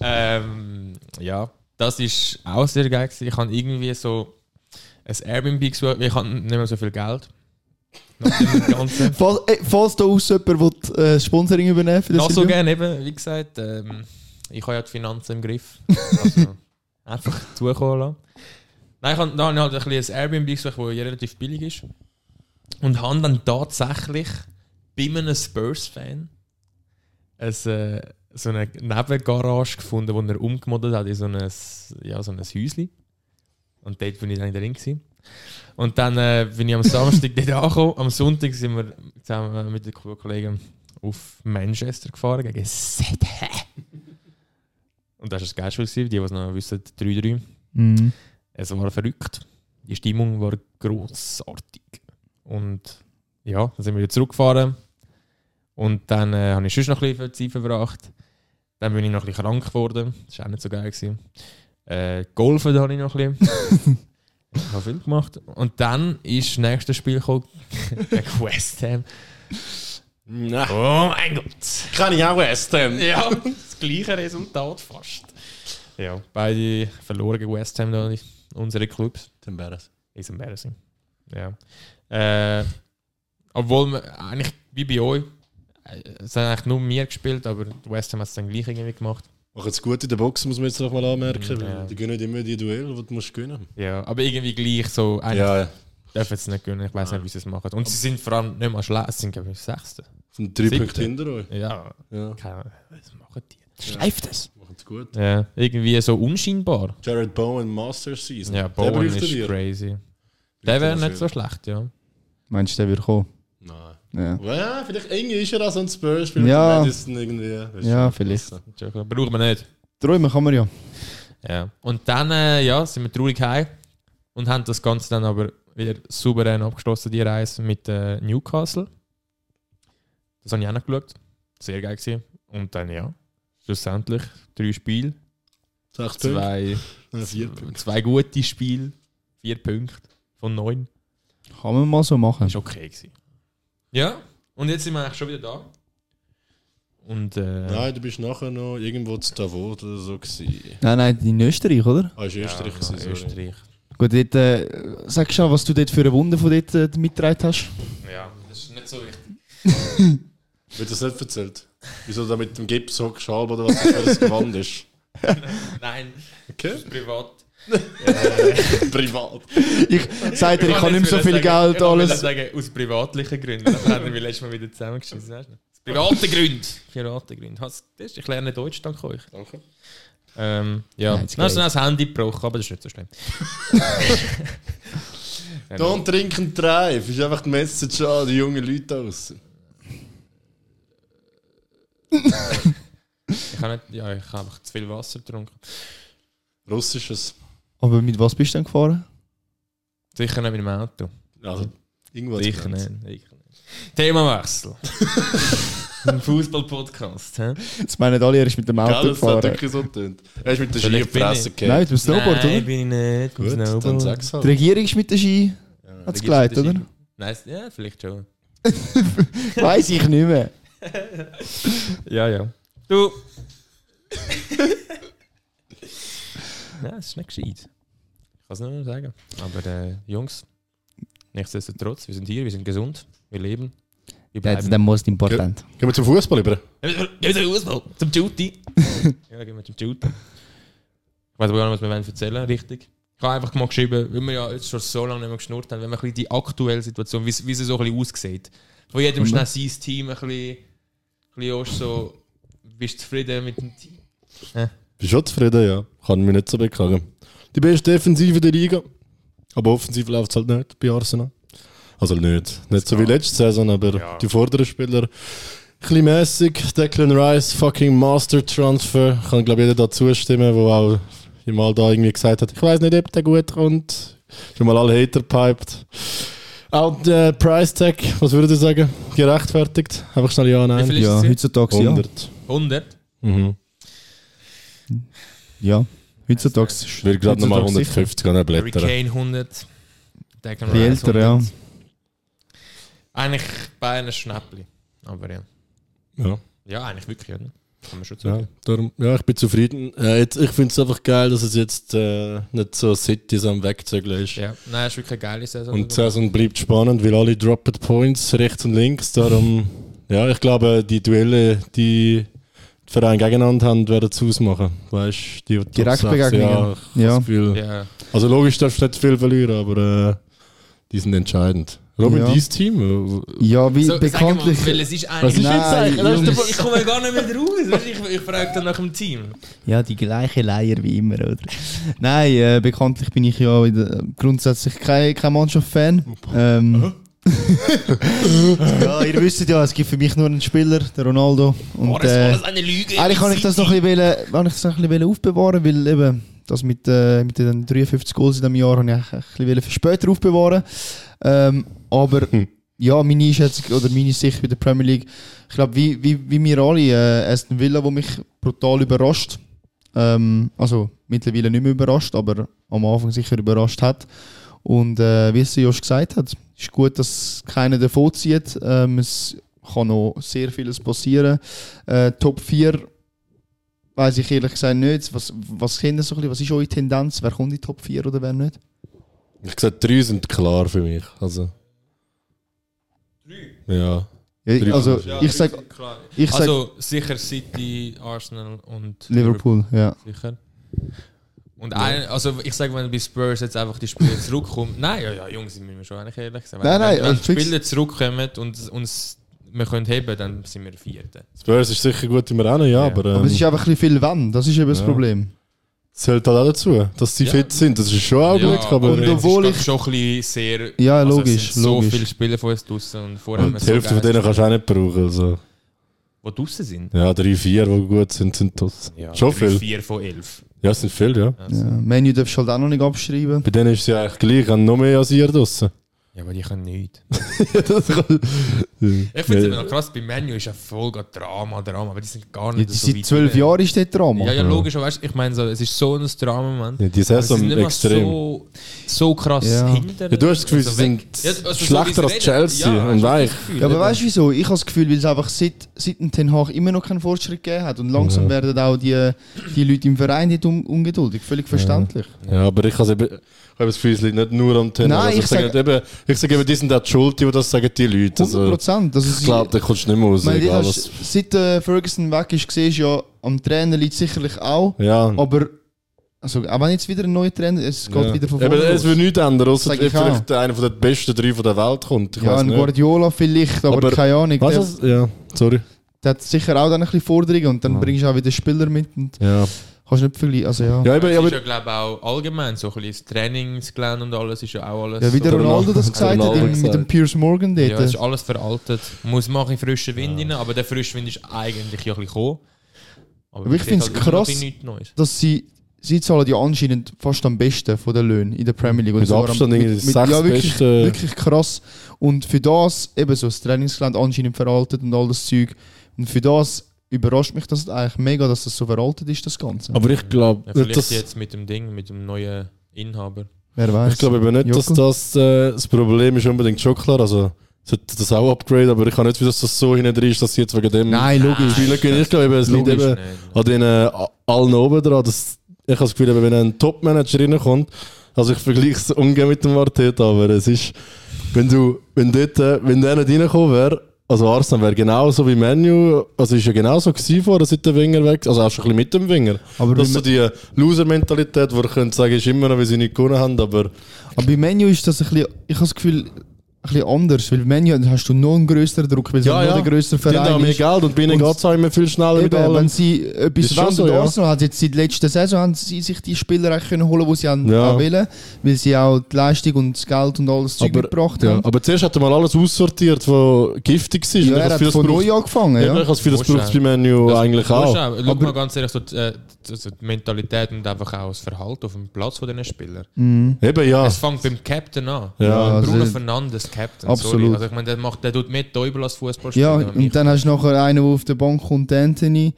Speaker 5: Ähm, ja, das ist auch sehr geil. Gewesen. Ich habe irgendwie so ein Airbnb gesucht, weil ich habe nicht mehr so viel Geld. Nach dem Ganzen.
Speaker 6: Falls, äh, falls da aus jemand will, äh, Sponsoring übernehmen für das
Speaker 5: Ja, so
Speaker 6: Video.
Speaker 5: gerne eben, wie gesagt, ähm, ich habe ja die Finanzen im Griff. Also einfach zukommen lassen. Nein, ich habe, da habe ich halt ein, bisschen ein Airbnb gesucht, das relativ billig ist. Und habe dann tatsächlich bei einem Spurs-Fan ein, äh, so eine Nebengarage gefunden, die er umgemodelt hat in so ein, ja, so ein Häuschen. Und dort bin ich dann drin. Gewesen. Und dann äh, bin ich am Samstag dort angekommen. Am Sonntag sind wir zusammen mit den Kollegen auf Manchester gefahren gegen Sete. Und das war das Geilste, gewesen, die, die es noch wissen, 3-3.
Speaker 6: Mhm.
Speaker 5: Es war verrückt. Die Stimmung war grossartig. Und ja, dann sind wir wieder zurückgefahren. Und dann äh, habe ich schon noch ein bisschen Zeit verbracht. Dann bin ich noch ein bisschen krank geworden. Das war auch nicht so geil. Gewesen. Äh, Golfen habe ich noch ein bisschen. ich habe viel gemacht. Und dann ist das nächste Spiel gekommen gegen West Ham.
Speaker 7: Na,
Speaker 5: Oh mein Gott!
Speaker 7: kann ich auch West Ham.
Speaker 5: Ja, das gleiche Resultat fast. Ja, beide verloren gegen West Ham, da, unsere Clubs. Ist embarrassing. Ja. Äh, obwohl, wir, eigentlich wie bei euch, äh, es haben eigentlich nur wir gespielt, aber West Ham hat es dann gleich irgendwie gemacht.
Speaker 7: Mach jetzt gut in der Box, muss man jetzt nochmal anmerken.
Speaker 5: Mhm, Ja.
Speaker 7: weil Die gewinnen immer die Duelle, die du musst gewinnen.
Speaker 5: Ja, aber irgendwie gleich so, eigentlich
Speaker 7: Ja, ja.
Speaker 5: dürfen sie es nicht gewinnen, ich weiß nicht, wie sie es machen. Und sie sind vor allem nicht mal schlecht, sie sind glaube ich Sechste.
Speaker 7: Sind drei
Speaker 5: Siebte.
Speaker 7: Punkte hinter euch.
Speaker 5: Ja,
Speaker 7: Ja,
Speaker 5: keine Ahnung, was machen die?
Speaker 6: Schleift es.
Speaker 7: macht's gut.
Speaker 5: Ja, irgendwie so unscheinbar.
Speaker 7: Jared Bowen, Master Season.
Speaker 5: Ja,
Speaker 7: Den
Speaker 5: Bowen
Speaker 7: bräuchte
Speaker 5: ist
Speaker 7: ihr.
Speaker 5: crazy.
Speaker 7: er
Speaker 5: Der wäre
Speaker 7: noch
Speaker 5: nicht so schlecht, ja.
Speaker 6: Meinst du, der wird kommen?
Speaker 7: Nein.
Speaker 6: Ja.
Speaker 7: Ja, vielleicht irgendwie ist er auch so ein Spurs, spielt
Speaker 6: Ja.
Speaker 7: ja. Madison irgendwie. Das ist
Speaker 6: Ja,
Speaker 7: schon
Speaker 6: vielleicht.
Speaker 7: klasse.
Speaker 5: Brauchen wir nicht.
Speaker 6: Träumen kann man ja.
Speaker 5: Ja. Und dann äh, ja, sind wir traurig heim. und haben das Ganze dann aber wieder souverän abgeschlossen, die Reise mit äh, Newcastle. Das habe ich auch noch geschaut. Sehr geil gewesen. Und dann ja, schlussendlich drei Spiele,
Speaker 7: Sechs Punkte.
Speaker 5: zwei,
Speaker 7: Äh, vier Punkte.
Speaker 5: zwei gute Spiele, vier Punkte von neun.
Speaker 6: Kann man mal so machen.
Speaker 5: Das war okay. Gewesen. Ja, und jetzt sind wir eigentlich schon wieder da. Und äh,
Speaker 7: Nein, du bist nachher noch irgendwo zu Davos oder so gewesen.
Speaker 6: Nein, nein, in Österreich, oder?
Speaker 7: Ah, ist Österreich gewesen, sorry.
Speaker 5: Österreich.
Speaker 6: Gut, dort, äh, sag schon, was du dort für eine Wunde von dort äh, mitgetragen hast.
Speaker 5: Ja, das ist nicht so wichtig.
Speaker 7: Wird das nicht erzählt? Wieso da mit dem Gips hockst halb oder was das für ein Gewand ist?
Speaker 5: Nein,
Speaker 7: Okay.
Speaker 5: privat.
Speaker 7: Privat.
Speaker 6: Ich sag dir, ich kann nicht mehr so
Speaker 5: sagen,
Speaker 6: viel Geld, alles.
Speaker 5: sagen, aus privatlichen Gründen. Das haben wir letztes Mal wieder zusammengeschissen. Weißt du? Aus privaten Gründen. Privaten Gründen. Hast- das ist- Ich lerne Deutsch, danke euch.
Speaker 7: Danke.
Speaker 5: Ähm, ja,
Speaker 6: Nein,
Speaker 5: dann
Speaker 6: jetzt
Speaker 5: hast du noch das Handy gebrochen, aber das ist nicht so schlimm.
Speaker 7: Don't drink and drive. Ist einfach die Message an die jungen Leute da draussen.
Speaker 5: Ich habe nicht, ja, ich habe einfach zu viel Wasser getrunken.
Speaker 7: Russisches.
Speaker 6: Aber mit was bist du denn gefahren?
Speaker 5: Sicher nicht mit dem Auto.
Speaker 7: Also, irgendwas.
Speaker 5: Sicher nicht. Sicher nicht. Themawechsel. Ein Fußball-Podcast. hä?
Speaker 6: Jetzt meinen alle, er ist mit dem
Speaker 7: Gell,
Speaker 6: Auto
Speaker 7: das hat
Speaker 6: gefahren.
Speaker 7: wirklich so getönt. Er ist mit der
Speaker 5: Vielleicht bin
Speaker 7: Skifresse
Speaker 5: ich-
Speaker 6: Nein,
Speaker 7: gegangen.
Speaker 6: mit dem Snowboard,
Speaker 5: Nein,
Speaker 6: oder?
Speaker 5: bin ich nicht.
Speaker 7: Gut,
Speaker 5: Snowboard.
Speaker 7: dann sag's
Speaker 6: Die
Speaker 7: halt.
Speaker 6: Regierung ist mit der Ski. Hat's geleitet, oder?
Speaker 5: Nein, es- ja, vielleicht schon.
Speaker 6: Weiß ich nicht mehr.
Speaker 5: Ja, ja. Du! Nein, es ist nicht gescheit. Ich kann es nicht mehr sagen. Aber äh, Jungs, nichtsdestotrotz, wir sind hier, wir sind gesund, wir leben. Wir bleiben.
Speaker 6: der most important.
Speaker 7: Gehen wir zum Fußball über.
Speaker 5: Gehen wir zum Fußball, zum Duty. ja, gehen wir zum Duty. Ich weiß aber gar nicht, was wir wollen erzählen richtig. Ich habe einfach mal geschrieben, weil wir ja jetzt schon so lange nicht mehr geschnurrt haben, wenn man ein bisschen die aktuelle Situation, wie, es- wie sie so ein bisschen aussieht. Von jedem schnell sein Team ein bisschen, ein bisschen auch so, bist du zufrieden mit dem Team?
Speaker 7: Bin schon zufrieden, ja. Kann mich nicht so beklagen. Die beste Defensive der Liga. Aber offensiv läuft es halt nicht bei Arsenal. Also nicht. Nicht so wie letzte Saison, aber die vorderen Spieler. Ein bisschen mässig. Declan Rice, fucking Master Transfer. Kann, glaube jeder da zustimmen, der auch mal da irgendwie gesagt hat, ich weiß nicht, ob der gut kommt. Schon mal alle Hater piped. Auch der Price Tag, was würdet ihr sagen? Gerechtfertigt? Einfach schnell ja,
Speaker 5: Wie viel
Speaker 7: nein.
Speaker 5: ist
Speaker 6: Ja,
Speaker 5: es? jetzt?
Speaker 6: heutzutage ja.
Speaker 7: 100.
Speaker 5: 100?
Speaker 7: Mhm.
Speaker 6: Ja, heutzutage ist
Speaker 7: Ich will gerade nochmal
Speaker 6: heutzutage
Speaker 7: 150 an den
Speaker 5: Harry
Speaker 7: Blättern.
Speaker 5: Kane 100. Declan
Speaker 6: sicher. Die
Speaker 5: Rice
Speaker 6: Älteren, ja.
Speaker 5: 100. Eigentlich bei einem Schnäppli. Aber ja.
Speaker 7: Ja.
Speaker 5: Ja, eigentlich wirklich, oder? Kann man schon
Speaker 7: Ja,
Speaker 5: zugeben.
Speaker 7: darum, ja, ich bin zufrieden. Äh, jetzt, ich finde es einfach geil, dass es jetzt äh, nicht so Cities am Wegzögeln ist.
Speaker 5: Ja. Nein, ist wirklich eine geile Saison.
Speaker 7: Und äh, die Saison bleibt spannend, weil alle droppen Points rechts und links. Darum, ja, ich glaube, die Duelle, die die Vereine gegeneinander haben, werden es ausmachen. Weißt du, die Top sechs, Ja,
Speaker 6: Direktbegegnungen.
Speaker 7: ich hab
Speaker 6: Ja.
Speaker 7: Das Gefühl,
Speaker 5: ja.
Speaker 7: Also logisch darfst du nicht viel verlieren, aber äh, die sind entscheidend. Robin,
Speaker 6: Ja.
Speaker 7: dein Team? äh,
Speaker 6: Ja, wie
Speaker 5: So,
Speaker 6: bekanntlich.
Speaker 5: Sag mal, weil es ist
Speaker 7: Was
Speaker 5: eigentlich.
Speaker 7: ist jetzt
Speaker 6: Nein,
Speaker 7: eigentlich? Das ist der-
Speaker 6: Jungs.
Speaker 5: ich komme gar nicht mehr raus. Weißt, du, ich, ich frage dann nach dem Team.
Speaker 6: Ja, die gleiche Leier wie immer, oder? Nein, äh, bekanntlich bin ich ja wieder, grundsätzlich kein, kein Mannschaft-Fan. Ähm, ja, ihr wisst ja, es gibt für mich nur einen Spieler, der Ronaldo.
Speaker 5: Boah,
Speaker 6: Und,
Speaker 5: das war
Speaker 6: äh,
Speaker 5: alles eine Lüge.
Speaker 6: eigentlich kann ich das noch ein bisschen, wollen- kann ich das noch ein bisschen aufbewahren, weil eben das mit, äh, mit den 53 Goals in diesem Jahr habe ich eigentlich ein bisschen wollen für später aufbewahren. Ähm, aber ja, meine Einschätzung oder meine Sicht bei der Premier League, ich glaube, wie, wie, wie wir alle, äh, Aston Villa, wo mich brutal überrascht, ähm, also mittlerweile nicht mehr überrascht, aber am Anfang sicher überrascht hat. Und äh, wie es Josh gesagt hat, ist gut, dass keiner davon zieht. Ähm, es kann noch sehr vieles passieren. Äh, Top 4 weiß ich ehrlich gesagt nicht. Was, was kennt ihr so ein bisschen? Was ist eure Tendenz? Wer kommt in die Top 4 oder wer nicht?
Speaker 7: Ich sag, drei sind klar für mich. Also, ja. Drei
Speaker 6: Ja, also
Speaker 7: Punkte, ja.
Speaker 6: ich sage ich sag
Speaker 5: Also sicher City, Arsenal und
Speaker 6: Liverpool, ja.
Speaker 5: Sicher. Und ein, also ich sage, wenn bei Spurs jetzt einfach die Spieler zurückkommen. Nein, ja, ja, Jungs, sind wir schon eigentlich ehrlich sein. Wenn,
Speaker 6: Nein, nein,
Speaker 5: wenn, wenn
Speaker 6: also
Speaker 5: die
Speaker 6: fix.
Speaker 5: Spieler zurückkommen und uns wir können heben, dann sind wir Vierte.
Speaker 7: Spurs ist sicher gut im Rennen, ja,
Speaker 5: Ja.
Speaker 7: aber.
Speaker 6: Aber
Speaker 7: ähm,
Speaker 6: es ist einfach ein bisschen viel wenn, das ist eben das Problem.
Speaker 7: zählt halt auch dazu, dass sie
Speaker 5: Ja.
Speaker 7: fit sind. Das ist schon auch gut, aber
Speaker 5: und
Speaker 6: jetzt
Speaker 7: die
Speaker 6: obwohl
Speaker 5: obwohl
Speaker 6: ich-
Speaker 5: ich schon ein bisschen sehr.
Speaker 6: Ja,
Speaker 5: also es
Speaker 6: logisch,
Speaker 5: sind so
Speaker 6: logisch.
Speaker 5: viele Spieler von uns draußen und vorher haben wir so
Speaker 7: Hälfte von
Speaker 5: geile
Speaker 7: denen kannst du auch nicht brauchen. Also.
Speaker 5: die draußen sind.
Speaker 7: Ja, drei, vier, die gut sind, sind das. schon
Speaker 5: drei,
Speaker 7: viel.
Speaker 5: Vier von elf.
Speaker 7: Ja, es sind viele, ja.
Speaker 6: Ja, Menu darfst du halt auch noch nicht abschreiben.
Speaker 7: Bei denen ist es ja eigentlich gleich, haben noch mehr als ihr draussen.
Speaker 5: Ja, aber die können nichts.
Speaker 7: das kann,
Speaker 5: Ich finde es immer noch krass, bei Menu ist ja voll gerade Drama, Drama, aber die sind gar
Speaker 6: Ja,
Speaker 5: nicht
Speaker 6: die
Speaker 5: so
Speaker 6: seit
Speaker 5: weit
Speaker 6: zwölf
Speaker 5: weg.
Speaker 6: Jahren ist der Drama.
Speaker 5: Ja, ja, logisch, aber weißt, du, ich meine, so, es ist so ein Drama, Mann.
Speaker 7: Ja, die
Speaker 5: Aber sie
Speaker 7: Saison
Speaker 5: sind nicht mal
Speaker 7: extrem.
Speaker 5: So, so krass
Speaker 6: Ja.
Speaker 5: hinter.
Speaker 7: Ja, du hast das Gefühl, sie
Speaker 5: weg.
Speaker 7: sind
Speaker 5: Ja, also so, wie
Speaker 7: schlechter
Speaker 5: sie
Speaker 7: als
Speaker 5: reden.
Speaker 7: Chelsea
Speaker 5: Ja,
Speaker 7: und
Speaker 5: hast du das
Speaker 7: weich.
Speaker 5: Gefühl?
Speaker 6: Ja, aber weißt du wieso? Ich habe das Gefühl, weil es einfach seit, seit dem Ten Hag immer noch keinen Fortschritt gegeben hat. Und langsam werden auch die, die Leute im Verein nicht un ungeduldig. Völlig verständlich.
Speaker 7: Ja, aber ich habe eben, ich habe das Gefühl, es liegt nicht nur am Tenor.
Speaker 6: Nein,
Speaker 7: also
Speaker 6: ich
Speaker 7: ich, sage
Speaker 6: sag-
Speaker 7: eben, ich sage eben, die sind auch die Schuld, die das sagen die Leute.
Speaker 6: 100
Speaker 7: Also,
Speaker 6: Prozent. Also,
Speaker 7: ich glaube, da kommst du nicht mehr raus.
Speaker 6: Ich meine,
Speaker 7: egal
Speaker 6: du
Speaker 7: was.
Speaker 6: hast, seit äh, Ferguson weg ist, siehst du ja, am Trainer liegt sicherlich auch.
Speaker 7: Ja.
Speaker 6: Aber also, auch wenn jetzt wieder ein neuer Trainer es geht
Speaker 7: ja.
Speaker 6: wieder von
Speaker 7: Eben,
Speaker 6: vorne
Speaker 7: es
Speaker 6: los.
Speaker 7: wird nichts ändern, außer
Speaker 6: Sag ich
Speaker 7: dass vielleicht einer von den besten drei von der Welt kommt. Ich
Speaker 6: Ja,
Speaker 7: weiß
Speaker 6: ein
Speaker 7: nicht.
Speaker 6: Guardiola vielleicht, aber,
Speaker 7: Aber-
Speaker 6: keine Ahnung.
Speaker 7: Was
Speaker 6: der,
Speaker 7: ist das? Ja, sorry.
Speaker 6: der hat sicher auch dann ein bisschen Forderungen und dann bringst du auch wieder Spieler mit und
Speaker 7: Ja,
Speaker 6: kannst nicht viel. Also ja.
Speaker 7: Ah. ja, eben,
Speaker 5: Das
Speaker 7: aber,
Speaker 5: ist ja, glaube ich, auch allgemein so ein bisschen das Trainingsgelände und alles ist ja auch alles.
Speaker 6: Ja, wie der
Speaker 5: so-
Speaker 7: Ronaldo-
Speaker 6: Ronaldo das gesagt hat,
Speaker 7: Ronaldo
Speaker 6: im- mit
Speaker 7: gesagt.
Speaker 6: dem Piers Morgan eh. dort.
Speaker 5: Ja, es ist alles veraltet. Muss man auch in frischen Wind rein, aber der frische Wind ist eigentlich ja ein bisschen gekommen.
Speaker 6: Aber ich
Speaker 5: sehe
Speaker 6: find's
Speaker 5: halt immer noch
Speaker 6: krass.
Speaker 5: nichts Neues.
Speaker 6: dass sie, sie zahlen ja anscheinend fast am besten von den Löhnen in der Premier League. Und
Speaker 7: Mit
Speaker 6: zwar am-
Speaker 7: Abstand irgendwie das
Speaker 6: ja,
Speaker 7: sechstbeste-
Speaker 6: wirklich, wirklich krass. Und für das, eben so das Trainingsgelände anscheinend veraltet und all das Zeug. Und für das überrascht mich das eigentlich mega, dass das so veraltet ist, das Ganze.
Speaker 7: aber ich
Speaker 5: Ja,
Speaker 7: glaube,
Speaker 5: vielleicht
Speaker 7: das.
Speaker 5: jetzt mit dem Ding, mit dem neuen Inhaber.
Speaker 6: Wer weiß.
Speaker 7: Ich glaube eben nicht, dass
Speaker 6: Joko?
Speaker 7: das äh, das Problem ist unbedingt schon klar. Also sollte das auch upgraden, aber ich kann nicht, wie das so hinten drin ist, dass sie jetzt wegen dem
Speaker 6: Nein, logisch.
Speaker 7: Spieler gehen. Ich glaube, eben, es liegt
Speaker 6: Logisch
Speaker 7: eben
Speaker 5: nicht.
Speaker 7: an den äh, allen oben dran. dass- ich habe das Gefühl, eben, wenn ein Top-Manager reinkommt, also ich vergleiche es ungern mit dem Arteta, aber es ist, wenn du, wenn dort, äh, wenn der nicht reingekommen wäre, also Arsenal wäre genauso wie Menu, also ist ja genauso gewesen vorher, seit der Winger weg, also auch schon ein bisschen mit dem Winger.
Speaker 6: Aber
Speaker 7: das ist
Speaker 6: wenn
Speaker 7: so die Loser-Mentalität, wo ich könnte sagen, ist immer noch, wie sie nicht gewonnen haben, aber
Speaker 6: Aber bei Menu ist das ein bisschen, ich habe das Gefühl, ein bisschen anders. Weil bei Menu hast du noch einen größeren Druck, weil es noch der größere
Speaker 7: Die haben auch
Speaker 6: Verein
Speaker 7: mehr
Speaker 6: ist.
Speaker 7: Geld und bei ihnen
Speaker 6: Und
Speaker 7: geht es auch immer viel schneller mit
Speaker 6: Eben, wenn
Speaker 7: allem.
Speaker 6: sie
Speaker 7: Ist
Speaker 6: etwas
Speaker 7: schon
Speaker 6: wollen,
Speaker 7: so,
Speaker 6: und
Speaker 7: ja.
Speaker 6: Arsenal hat jetzt seit letzter Saison haben sie sich die Spieler eigentlich können holen, die sie haben
Speaker 7: Ja.
Speaker 6: auch wollen, weil sie auch die Leistung und das Geld und alles Zeug mitgebracht
Speaker 7: ja,
Speaker 6: haben.
Speaker 7: aber zuerst hat er mal alles aussortiert, was giftig war.
Speaker 6: Ja, er hat von neu angefangen,
Speaker 7: ja. Ich
Speaker 6: ja.
Speaker 7: habe das Gefühl, das
Speaker 5: Muss
Speaker 7: braucht es
Speaker 5: auch.
Speaker 7: beim Menu
Speaker 5: Das-
Speaker 7: eigentlich
Speaker 5: du musst
Speaker 7: auch.
Speaker 5: Schau mal ganz ehrlich, so die, äh, die- also die Mentalität und einfach auch das Verhalten auf dem Platz von diesen Spielern.
Speaker 7: Eben, ja.
Speaker 5: Es fängt beim Captain an.
Speaker 7: Ja,
Speaker 5: Bruno
Speaker 6: also-
Speaker 5: Fernandes, Captain. Sorry.
Speaker 6: Absolut.
Speaker 5: Also ich meine, der, macht, der tut mehr Teufel als Fußballspieler.
Speaker 6: Ja,
Speaker 5: Aber ich-
Speaker 6: und dann hast du nachher einen, der auf der Bank kommt, der Anthony,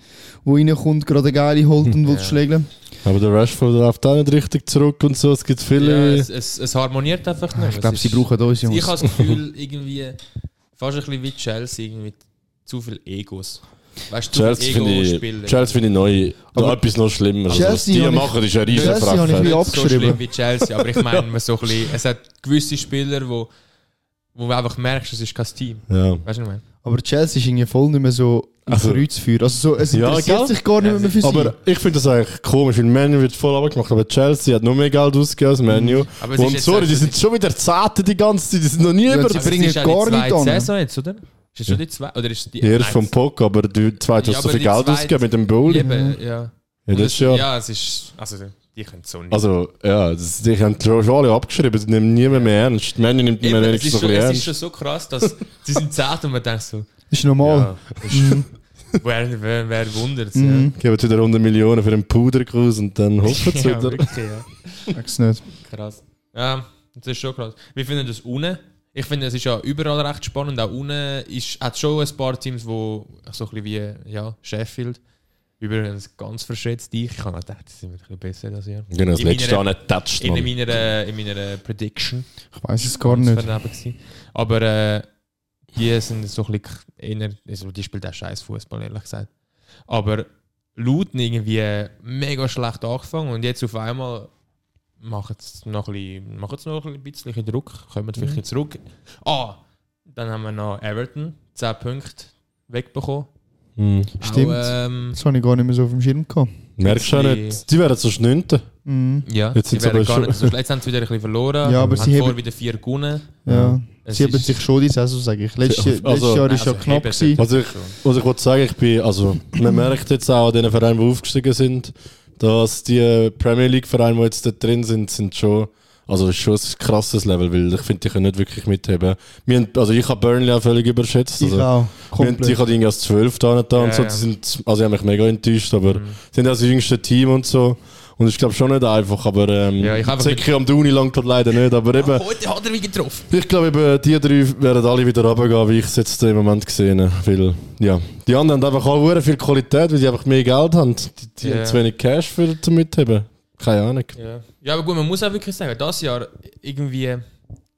Speaker 6: der reinkommt, gerade eine geile holt und will schlägeln.
Speaker 7: Aber der Rashford läuft auch nicht richtig zurück und so. Es gibt
Speaker 5: ja,
Speaker 7: viele.
Speaker 5: es, es, es harmoniert einfach nicht.
Speaker 6: Ah, Ich glaube, sie brauchen uns,
Speaker 5: Ich
Speaker 6: Jungs.
Speaker 5: habe das Gefühl, irgendwie fast ein bisschen wie Chelsea, irgendwie zu viel Egos. Weißt du, zu
Speaker 7: Chelsea
Speaker 5: viel
Speaker 7: finde ich,
Speaker 5: Ego-Spieler.
Speaker 7: Chelsea finde ich neu.
Speaker 6: Aber-
Speaker 7: Aber etwas noch schlimmer. Also, was
Speaker 6: Chelsea
Speaker 7: die
Speaker 6: habe ich-
Speaker 7: machen, ist eine riesen
Speaker 6: Chelsea habe ich
Speaker 7: Frechheit.
Speaker 6: wie
Speaker 5: so schlimm
Speaker 6: abgeschrieben.
Speaker 5: wie Chelsea, aber ich meine, man so ein bisschen, es hat gewisse Spieler, wo, wo du einfach merkst, es ist kein Team.
Speaker 7: Ja.
Speaker 5: Weißt du, was ich meine?
Speaker 6: Aber Chelsea ist irgendwie voll nicht mehr so im
Speaker 7: Also-
Speaker 6: Kreuzfeuer. Also so, es
Speaker 7: Ja,
Speaker 6: interessiert
Speaker 7: gell?
Speaker 6: sich gar nicht mehr für sie.
Speaker 7: Aber ich finde das eigentlich komisch, weil Menu wird voll abgemacht, aber Chelsea hat noch mehr Geld ausgegeben als Menu.
Speaker 5: Aber es ist jetzt
Speaker 7: Und
Speaker 5: halt
Speaker 7: sorry,
Speaker 5: auch-
Speaker 7: die sind schon wieder zehnte die ganze Zeit, die sind noch nie über
Speaker 6: sie
Speaker 5: Also es
Speaker 6: bringen
Speaker 5: ist ja
Speaker 6: gar
Speaker 5: die
Speaker 6: nicht
Speaker 5: zweite
Speaker 6: an.
Speaker 5: Saison jetzt, oder? Ist es schon die zweite? Oder ist die
Speaker 7: Die erste
Speaker 5: nein,
Speaker 7: vom Pock, aber die zweite
Speaker 5: Ja,
Speaker 7: hast du so
Speaker 5: aber
Speaker 7: viel
Speaker 5: die
Speaker 7: Geld
Speaker 5: zweite-
Speaker 7: ausgegeben mit dem Bowling.
Speaker 5: Eben, ja.
Speaker 7: Mhm. Ja, das ist ja.
Speaker 5: ja, es ist. Also, die können so nicht.
Speaker 7: Also, ja, das, die haben schon schon alle abgeschrieben, die nehmen niemand mehr ernst. Menu nimmt
Speaker 5: Eben,
Speaker 7: man
Speaker 5: es,
Speaker 7: wenigstens
Speaker 5: ist
Speaker 7: so
Speaker 5: schon,
Speaker 7: ein
Speaker 5: es ist
Speaker 7: bisschen ernst.
Speaker 5: schon so krass, dass sie sind zart und man denkt so,
Speaker 6: ist normal.
Speaker 5: ja, das ist-
Speaker 7: Mhm.
Speaker 5: wer, wer, wer wundert
Speaker 6: Mhm.
Speaker 5: es?
Speaker 7: Geben wieder 100 Millionen für einen Puder aus und dann hoffen
Speaker 5: Ja.
Speaker 7: sie
Speaker 5: ja,
Speaker 7: wieder.
Speaker 5: wirklich, ja.
Speaker 6: Ich weiß nicht.
Speaker 5: Krass. Ja, das ist schon krass. Wir finden das unten. Ich finde, es ist ja überall recht spannend. Auch unten ist, hat schon ein paar Teams, wo so ein bisschen wie ja, Sheffield übrigens ganz verschätzt dich. Ich habe gedacht, die sind ein bisschen besser als ihr.
Speaker 7: Genau, das
Speaker 5: In
Speaker 7: letzte
Speaker 5: meiner-
Speaker 7: Jahr nicht getatscht,
Speaker 5: In
Speaker 7: Mann.
Speaker 5: meiner, in meiner Prediction.
Speaker 6: Ich weiß es gar
Speaker 5: Das
Speaker 6: nicht.
Speaker 5: war daneben gewesen. Aber äh, die sind so ein bisschen eher, also die spielt auch scheiß Fußball, ehrlich gesagt. Aber Luton irgendwie äh, mega schlecht angefangen und jetzt auf einmal machen sie noch ein bisschen, machen sie noch ein bisschen Druck, kommen
Speaker 6: Mhm.
Speaker 5: vielleicht ein bisschen zurück. Ah, dann haben wir noch Everton, 10 Punkte wegbekommen.
Speaker 7: Mhm.
Speaker 6: Stimmt.
Speaker 5: Auch, ähm,
Speaker 6: Das habe ich gar nicht mehr so auf dem Schirm gehabt.
Speaker 7: Merkst du auch nicht, die wären so schnünte.
Speaker 6: Mhm.
Speaker 5: ja,
Speaker 7: Jetzt sind
Speaker 5: sie
Speaker 7: sie
Speaker 5: werden
Speaker 7: aber
Speaker 5: gar
Speaker 7: schon-
Speaker 5: nicht so schlecht. Jetzt haben sie wieder ein bisschen verloren.
Speaker 6: Ja, aber
Speaker 5: haben
Speaker 6: sie
Speaker 5: vorher
Speaker 6: haben-
Speaker 5: wieder vier gewonnen.
Speaker 6: Ja.
Speaker 5: Es
Speaker 6: Sie haben
Speaker 5: ist-
Speaker 6: sich schon die Saison, sage ich. Letztes,
Speaker 7: Ja,
Speaker 6: letztes
Speaker 7: also-
Speaker 6: Jahr ist ja
Speaker 5: Also
Speaker 6: knapp.
Speaker 5: heben sie.
Speaker 6: Gewesen.
Speaker 7: Also ich, was ich wollte sagen, ich bin, also man merkt jetzt auch an den Vereinen, die aufgestiegen sind, dass die Premier League Vereine, die jetzt da drin sind, sind schon, also ist schon ein krasses Level, weil ich finde, die können nicht wirklich mitheben. Wir haben, also ich habe Burnley auch völlig überschätzt.
Speaker 6: Ich auch.
Speaker 7: Also, wir haben, ich
Speaker 6: Komplett.
Speaker 7: habe irgendwie als 12 da nicht da
Speaker 5: Ja, Mhm.
Speaker 7: und so,
Speaker 5: ja.
Speaker 7: die sind, also ich habe mich mega enttäuscht, aber sind auch das jüngste Team und so. Und ist, glaube ich, schon nicht einfach, aber ähm,
Speaker 5: Ja, ich hab einfach-
Speaker 7: Zicke am Duni langt das leider nicht. Aber eben,
Speaker 5: Heute hat er wieder getroffen.
Speaker 7: ich glaube, eben, die drei werden alle wieder runtergehen, wie ich es jetzt im Moment gesehen habe. Weil, ja, die anderen haben einfach alle sehr viel Qualität, weil sie einfach mehr Geld haben. Die, die
Speaker 5: Ja.
Speaker 7: haben zu wenig Cash für zum Mitheben. Keine Ahnung.
Speaker 5: Ja. ja, aber gut, man muss auch wirklich sagen, das Jahr irgendwie.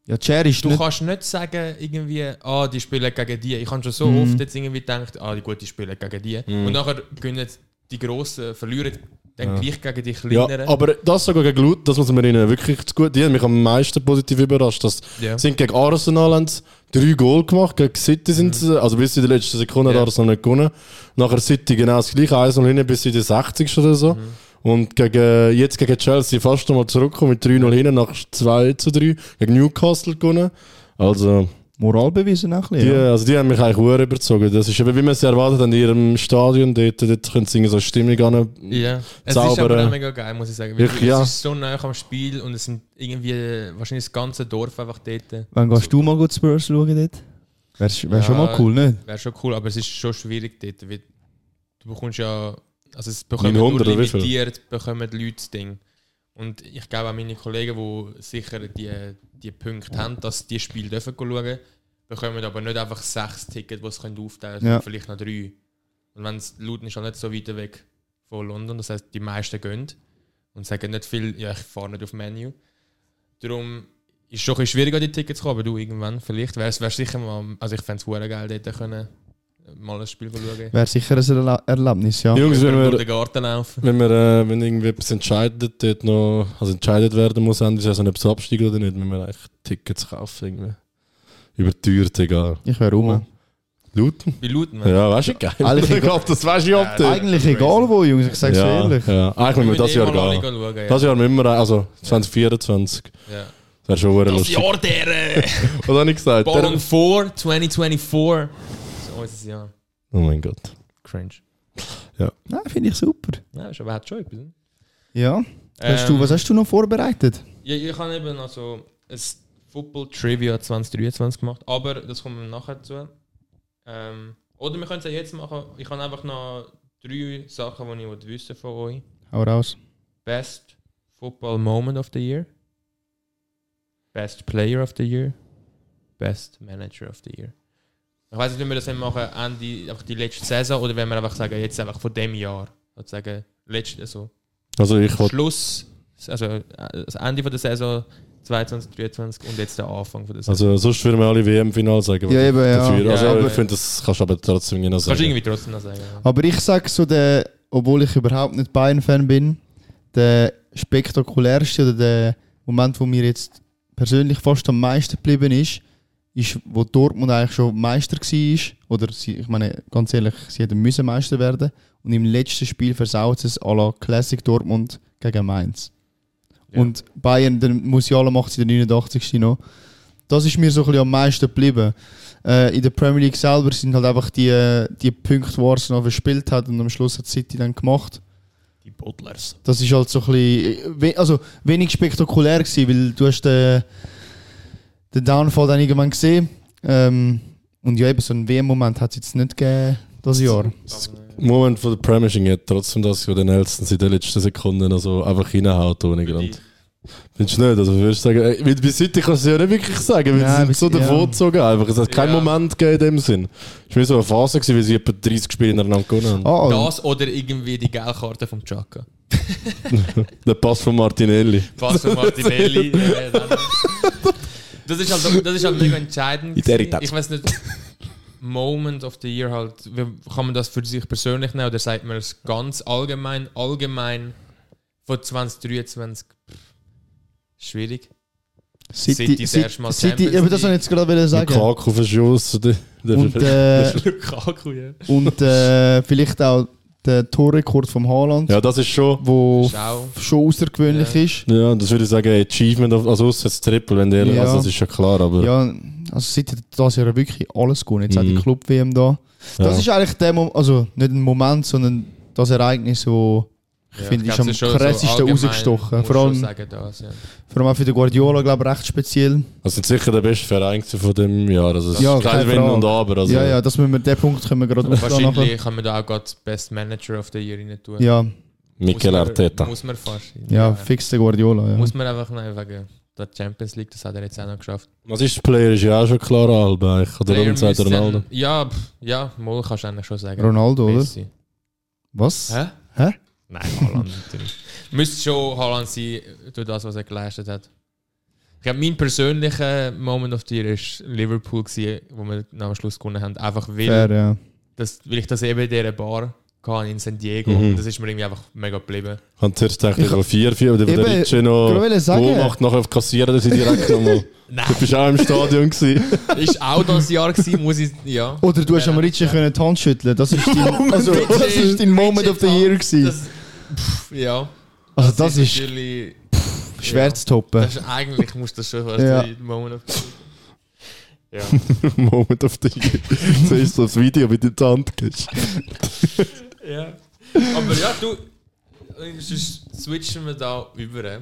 Speaker 6: Ja, Cher ist
Speaker 5: Du
Speaker 6: nicht...
Speaker 5: kannst nicht sagen, irgendwie, ah, die spielen gegen die. Ich habe schon so
Speaker 6: Mhm.
Speaker 5: oft jetzt irgendwie gedacht, ah, die guten spielen gegen die. Und nachher gewinnen die Grossen, verlieren dann gleich gegen die
Speaker 7: Ja,
Speaker 5: Kleineren.
Speaker 7: aber das sogar gegen Lut, das muss man ihnen wirklich zu gut. Die haben mich am meisten positiv überrascht. Das
Speaker 5: Ja.
Speaker 7: sind gegen Arsenal haben sie drei Goal gemacht, gegen City sind sie, also bis in der letzten Sekunde
Speaker 5: Mhm. Ja.
Speaker 7: hat Arsenal nicht gewonnen. Nachher City genau das gleiche, 1-0 hinten bis in die 60. oder so.
Speaker 5: Mhm.
Speaker 7: Und gegen, jetzt gegen Chelsea fast nochmal zurückgekommen mit 3-0 hinten, nach 2 zu 3, gegen Newcastle gewonnen. Also
Speaker 6: Moral beweisen auch ein
Speaker 7: die,
Speaker 6: bisschen, ja.
Speaker 7: also die haben mich eigentlich sehr überzogen. Das ist eben, wie man es erwartet hat, in ihrem Stadion dort, dort können sie irgendwie so eine Stimmung an.
Speaker 5: Ja, es ist
Speaker 7: Zaubern.
Speaker 5: aber auch mega geil, muss ich sagen. weil
Speaker 7: Ich-
Speaker 5: es
Speaker 7: ja.
Speaker 5: ist so nah am Spiel und es sind irgendwie wahrscheinlich das ganze Dorf einfach dort.
Speaker 6: Wann gehst du mal gut Spurs schauen dort? Wäre wär schon
Speaker 5: Ja.
Speaker 6: mal cool, nicht?
Speaker 5: Wäre schon cool, aber es ist schon schwierig dort. Weil du bekommst ja. Also es
Speaker 7: 900
Speaker 5: bekommen
Speaker 7: oder
Speaker 5: nur
Speaker 7: wie viel?
Speaker 5: limitiert bekommen die Leute das Ding. Und ich glaube auch meine Kollegen, die sicher die, die Punkte haben, dass die Spiele dürfen schauen, bekommen aber nicht einfach sechs Tickets, die sie können aufteilen können,
Speaker 6: Ja.
Speaker 5: vielleicht noch drei. Und wenn es Luton ist halt nicht so weit weg von London, das heißt die meisten gehen und sagen nicht viel, ja ich fahre nicht auf Menu. Darum ist es schon ein bisschen schwierig an die Tickets zu kommen, aber du irgendwann vielleicht wärst wär's sicher mal, also ich fände es verdammt geil dort können, äh, mal ein Spiel zu schauen.
Speaker 6: Wäre sicher ein Erla Erlebnis, ja.
Speaker 7: Jungs, wenn
Speaker 5: Über
Speaker 7: wir,
Speaker 5: den Garten laufen.
Speaker 7: Wenn man äh, wenn irgendwie etwas entscheidet, dort noch, also entscheidet werden muss, Ende Saison, ob es absteigt oder nicht, müssen wir eigentlich Tickets kaufen. Irgendwie. Überteuert, egal.
Speaker 6: Ich wäre rum.
Speaker 7: Luton?
Speaker 5: Bei Luton, wenn-
Speaker 7: Ja, weißt du, geil.
Speaker 6: Eigentlich
Speaker 7: ich glaube, das weißt du ob du.
Speaker 6: Eigentlich egal wo, Jungs, ich sag's
Speaker 7: Ja,
Speaker 6: ehrlich.
Speaker 7: ja. Eigentlich
Speaker 5: Wir
Speaker 7: müssen wir
Speaker 5: müssen
Speaker 7: das
Speaker 5: eh
Speaker 7: Jahr
Speaker 5: mal alle
Speaker 7: gehen.
Speaker 5: schauen, ja.
Speaker 7: Das Jahr müssen wir, also 2024.
Speaker 5: Ja.
Speaker 7: Das wäre schon sehr
Speaker 5: Das
Speaker 7: lustig.
Speaker 5: Jahr der äh,
Speaker 7: Was habe ich gesagt?
Speaker 5: Ball
Speaker 7: Der,
Speaker 5: on 4 2024. So ist es ja.
Speaker 7: oh mein Gott.
Speaker 5: Cringe.
Speaker 6: Nein, finde ich super.
Speaker 5: Ja, ist aber hat schon etwas. ne?
Speaker 6: Ja. Hast du,
Speaker 5: Ähm,
Speaker 6: was hast du noch vorbereitet?
Speaker 5: Ja, ich habe eben noch so ein Football Trivia 2023 gemacht, aber das kommen wir nachher zu. Ähm, oder wir können es ja jetzt machen. Ich habe einfach noch drei Sachen, die ich wissen wollte von euch.
Speaker 6: Hau raus.
Speaker 5: Best Football Moment of the Year. Best Player of the Year. Best Manager of the Year. Ich weiß nicht, wie wir das dann machen, Ende, einfach die letzte Saison oder wenn wir einfach sagen, jetzt einfach von dem Jahr. Sozusagen, letzte, also
Speaker 7: Also ich wollte.
Speaker 5: Schluss, also äh, das Ende von der Saison 22, 23 und jetzt der Anfang von der Saison.
Speaker 7: Also sonst würden wir alle WM-Final sagen.
Speaker 6: Ja, eben, ja.
Speaker 7: Dafür. Also
Speaker 5: Ja,
Speaker 7: ich
Speaker 5: aber-
Speaker 7: finde, das kannst du aber trotzdem genau
Speaker 5: Kannst du
Speaker 7: sagen.
Speaker 5: irgendwie trotzdem noch sagen. ja.
Speaker 6: Aber ich sage so, der, obwohl ich überhaupt nicht Bayern-Fan bin, der spektakulärste oder der Moment, wo mir jetzt persönlich fast am meisten geblieben ist, ist, wo Dortmund eigentlich schon Meister war. Oder sie, ich meine, ganz ehrlich, sie hätten müssen Meister werden. Und im letzten Spiel versaut es à la Classic Dortmund gegen Mainz.
Speaker 5: Ja.
Speaker 6: Und Bayern, der Musiala macht sie in der 89. noch. Das ist mir so ein bisschen am meisten geblieben. Äh, in der Premier League selber sind halt einfach die, äh, die Punkte, die Arsenal verspielt hat und am Schluss hat City dann gemacht.
Speaker 5: Die Butlers.
Speaker 6: Das ist halt so ein bisschen, we- also wenig spektakulär gewesen, weil du hast den, den Downfall dann irgendwann gesehen. Ähm, und ja, eben so einen WM-Moment hat es jetzt nicht gegeben, das Jahr.
Speaker 7: Moment von der Premishing hat trotzdem das, was der Nelson in den letzten Sekunden noch so einfach reinhaut ohne Grund. Findest du nicht? Also würdest du sagen, ey, weil bei City kannst du es ja nicht wirklich sagen, weil
Speaker 6: Nein,
Speaker 7: sie sind
Speaker 6: bis-
Speaker 7: so
Speaker 6: ja.
Speaker 7: davongezogen einfach. Es hat keinen
Speaker 5: Ja.
Speaker 7: Moment gegeben in dem Sinn. Es war wie so eine Phase, gewesen, weil sie etwa 30 Spiele hintereinander gewonnen haben.
Speaker 6: Ah, oh,
Speaker 5: Das oder irgendwie die gelbe Karte vom Chaka.
Speaker 7: Der Pass von Martinelli.
Speaker 5: Pass auf Martinelli. äh, dann- das, ist halt, das ist halt mega entscheidend.
Speaker 7: In der
Speaker 5: gewesen.
Speaker 7: Tat.
Speaker 5: Ich weiß nicht, Moment of the Year halt, wie- kann man das für sich persönlich nehmen oder sagt man es ganz allgemein? Allgemein von 2023 pff, schwierig.
Speaker 6: City,
Speaker 5: City das
Speaker 6: City,
Speaker 5: erste Mal
Speaker 6: City,
Speaker 5: Champions
Speaker 6: eben das wollte ich jetzt gerade wollen
Speaker 7: Sagen.
Speaker 6: sagen.
Speaker 7: Kaku verschossen. Der, der
Speaker 6: Und, äh,
Speaker 5: Lukaku, ja.
Speaker 6: und äh, vielleicht auch der Torrekord vom Haaland,
Speaker 7: ja, das ist schon.
Speaker 6: wo
Speaker 5: Schau.
Speaker 6: schon außergewöhnlich
Speaker 5: Ja.
Speaker 6: ist.
Speaker 7: Ja, das würde ich sagen, Achievement, of, also ausser das Triple, wenn der,
Speaker 6: Ja.
Speaker 7: also das ist schon klar, aber ja,
Speaker 6: Ja, also seit das Jahr wirklich alles gut. Jetzt auch die
Speaker 7: Mhm.
Speaker 6: Club-WM da. Das ist eigentlich der Moment, also nicht ein Moment, sondern das Ereignis, wo ich
Speaker 5: Ja,
Speaker 6: finde,
Speaker 5: glaub,
Speaker 6: ist am
Speaker 5: es schon so
Speaker 6: krassesten
Speaker 5: allgemein,
Speaker 6: rausgestochen.
Speaker 5: muss
Speaker 6: Vor
Speaker 5: schon
Speaker 6: allem,
Speaker 5: sagen, das, ja.
Speaker 6: vor allem auch für den Guardiola, glaube ich, recht speziell.
Speaker 7: das Also, sind sicher der beste Verein gewesen von dem Jahr. Also, es
Speaker 6: Ja,
Speaker 7: ist kein
Speaker 6: keine
Speaker 7: Wenn
Speaker 6: Frage.
Speaker 7: und Aber. Also,
Speaker 6: ja, ja, dass wir mit dem Punkt können wir gerade aufgehen nachher.
Speaker 5: Wahrscheinlich kann man da auch gerade Best Manager of the Year rein tun.
Speaker 6: Ja,
Speaker 7: Mikel
Speaker 5: Muss man-
Speaker 7: Arteta.
Speaker 5: Muss man fast.
Speaker 6: Ja, fix der Guardiola. Ja.
Speaker 5: Muss man einfach nein, wegen der Champions League, das hat er jetzt auch noch geschafft.
Speaker 7: Was ist der Player? Ist ja auch schon klar, Alba. Ich oder
Speaker 5: Player
Speaker 7: darum sagt
Speaker 5: müssen-
Speaker 7: Ronaldo.
Speaker 5: Ja, pff, ja, mal kannst du eigentlich schon sagen.
Speaker 6: Ronaldo, oder?
Speaker 5: Messi.
Speaker 6: Was?
Speaker 5: Hä?
Speaker 6: Hä?
Speaker 5: Nein, Holland natürlich. Müsste schon Holland sein, durch das, was er geleistet hat. Ich glaube, mein persönlicher Moment of the Year war Liverpool, gewesen, wo wir dann am Schluss gewonnen haben. Einfach weil,
Speaker 6: Fair, ja.
Speaker 5: das, weil ich das eben in dieser Bar hatte in San Diego.
Speaker 7: Mhm.
Speaker 5: Und das ist mir irgendwie einfach mega geblieben.
Speaker 7: Ich habe zuerst gedacht, ich habe 4-4, aber
Speaker 6: Eben,
Speaker 7: der Ricci
Speaker 6: ich wollte
Speaker 7: noch
Speaker 6: sagen.
Speaker 7: Goal macht, nachher kassieren dass sie direkt nochmal. Du bist auch im Stadion gewesen.
Speaker 5: Ist auch das Jahr gewesen, muss ich. Ja.
Speaker 6: Oder du hast am Ritchie können die Hand schütteln. Das ist dein, also, das ist dein Moment of the Year gewesen.
Speaker 5: Das, pff, ja.
Speaker 6: Also das ist
Speaker 5: natürlich.
Speaker 6: schwer zu toppen.
Speaker 5: Das ist eigentlich muss das schon was
Speaker 6: Ja.
Speaker 5: ja. Moment of the Year. Ja.
Speaker 7: Moment auf dich. Siehst du das Video mit in die Hand gibst.
Speaker 5: Ja. Aber ja, du, äh, sonst switchen wir da über äh,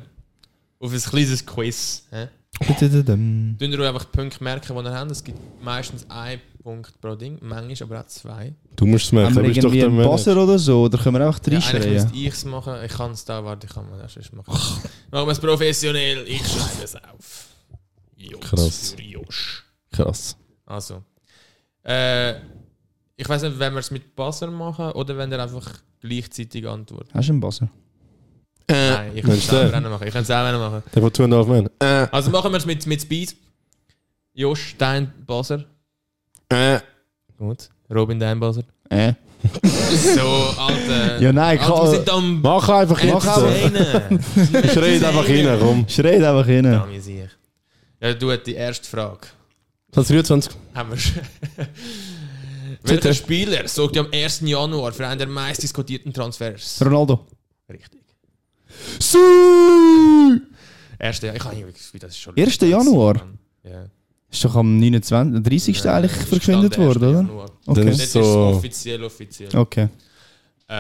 Speaker 5: auf ein kleines Quiz. Äh.
Speaker 6: Didididum.
Speaker 5: Tun ihr einfach die Punkte merken, die ihr habt. Es gibt meistens einen Punkt pro Ding, manchmal aber auch zwei.
Speaker 7: Du musst es
Speaker 6: Haben
Speaker 7: merken, du
Speaker 6: wir
Speaker 7: bist doch
Speaker 6: irgendwie
Speaker 7: der
Speaker 6: einen
Speaker 7: Manager.
Speaker 6: Passer oder so? Oder können wir einfach
Speaker 5: Ja,
Speaker 7: äh,
Speaker 5: eigentlich
Speaker 6: reinschreien?
Speaker 5: müsste ich es machen. Ich kann es da, warte, ich kann mal das sonst machen. Machen wir es professionell, ich schreibe es auf. Jungs
Speaker 7: Krass.
Speaker 5: für Josch.
Speaker 7: Krass.
Speaker 5: Also. Äh, ich weiß nicht, wenn wir es mit Buzzer machen oder wenn ihr einfach gleichzeitig antwortet.
Speaker 6: Hast du einen Passer?
Speaker 5: Nein, ich kann es
Speaker 7: Mensch, der-
Speaker 5: selber noch machen. Ich kann es selber noch machen.
Speaker 7: Der, der tun darf, man. Äh,
Speaker 5: Also machen wir es mit, mit Speed. Josh, dein Buzzer.
Speaker 7: äh.
Speaker 5: Gut. Robin, dein Buzzer.
Speaker 6: Äh.
Speaker 5: So, Alter.
Speaker 6: Ja, nein,
Speaker 5: Alter, wir sind am
Speaker 7: Mach einfach jetzt.
Speaker 5: Entertainen.
Speaker 7: Schreit einfach rein, komm.
Speaker 6: Schreit einfach rein.
Speaker 5: Dami sich. Ja, du hast die erste Frage.
Speaker 7: Das 23.
Speaker 5: Haben wir schon. Welcher Spieler sorgte am 1. Januar für einen der meist diskutierten Transfers?
Speaker 6: Ronaldo.
Speaker 5: Richtig.
Speaker 6: Sü!
Speaker 5: 1. Januar. Ich habe irgendwie das Gefühl, das ist schon...
Speaker 6: 1. Januar?
Speaker 5: Ja.
Speaker 6: Ist doch am 29. 30. eigentlich
Speaker 5: Nein,
Speaker 6: verkündet
Speaker 5: Stand 1.
Speaker 6: worden, oder?
Speaker 5: Januar.
Speaker 7: Dann
Speaker 6: Okay.
Speaker 5: Dort ist
Speaker 7: ist
Speaker 5: es
Speaker 7: so.
Speaker 5: offiziell, offiziell.
Speaker 6: Okay.
Speaker 5: Äh,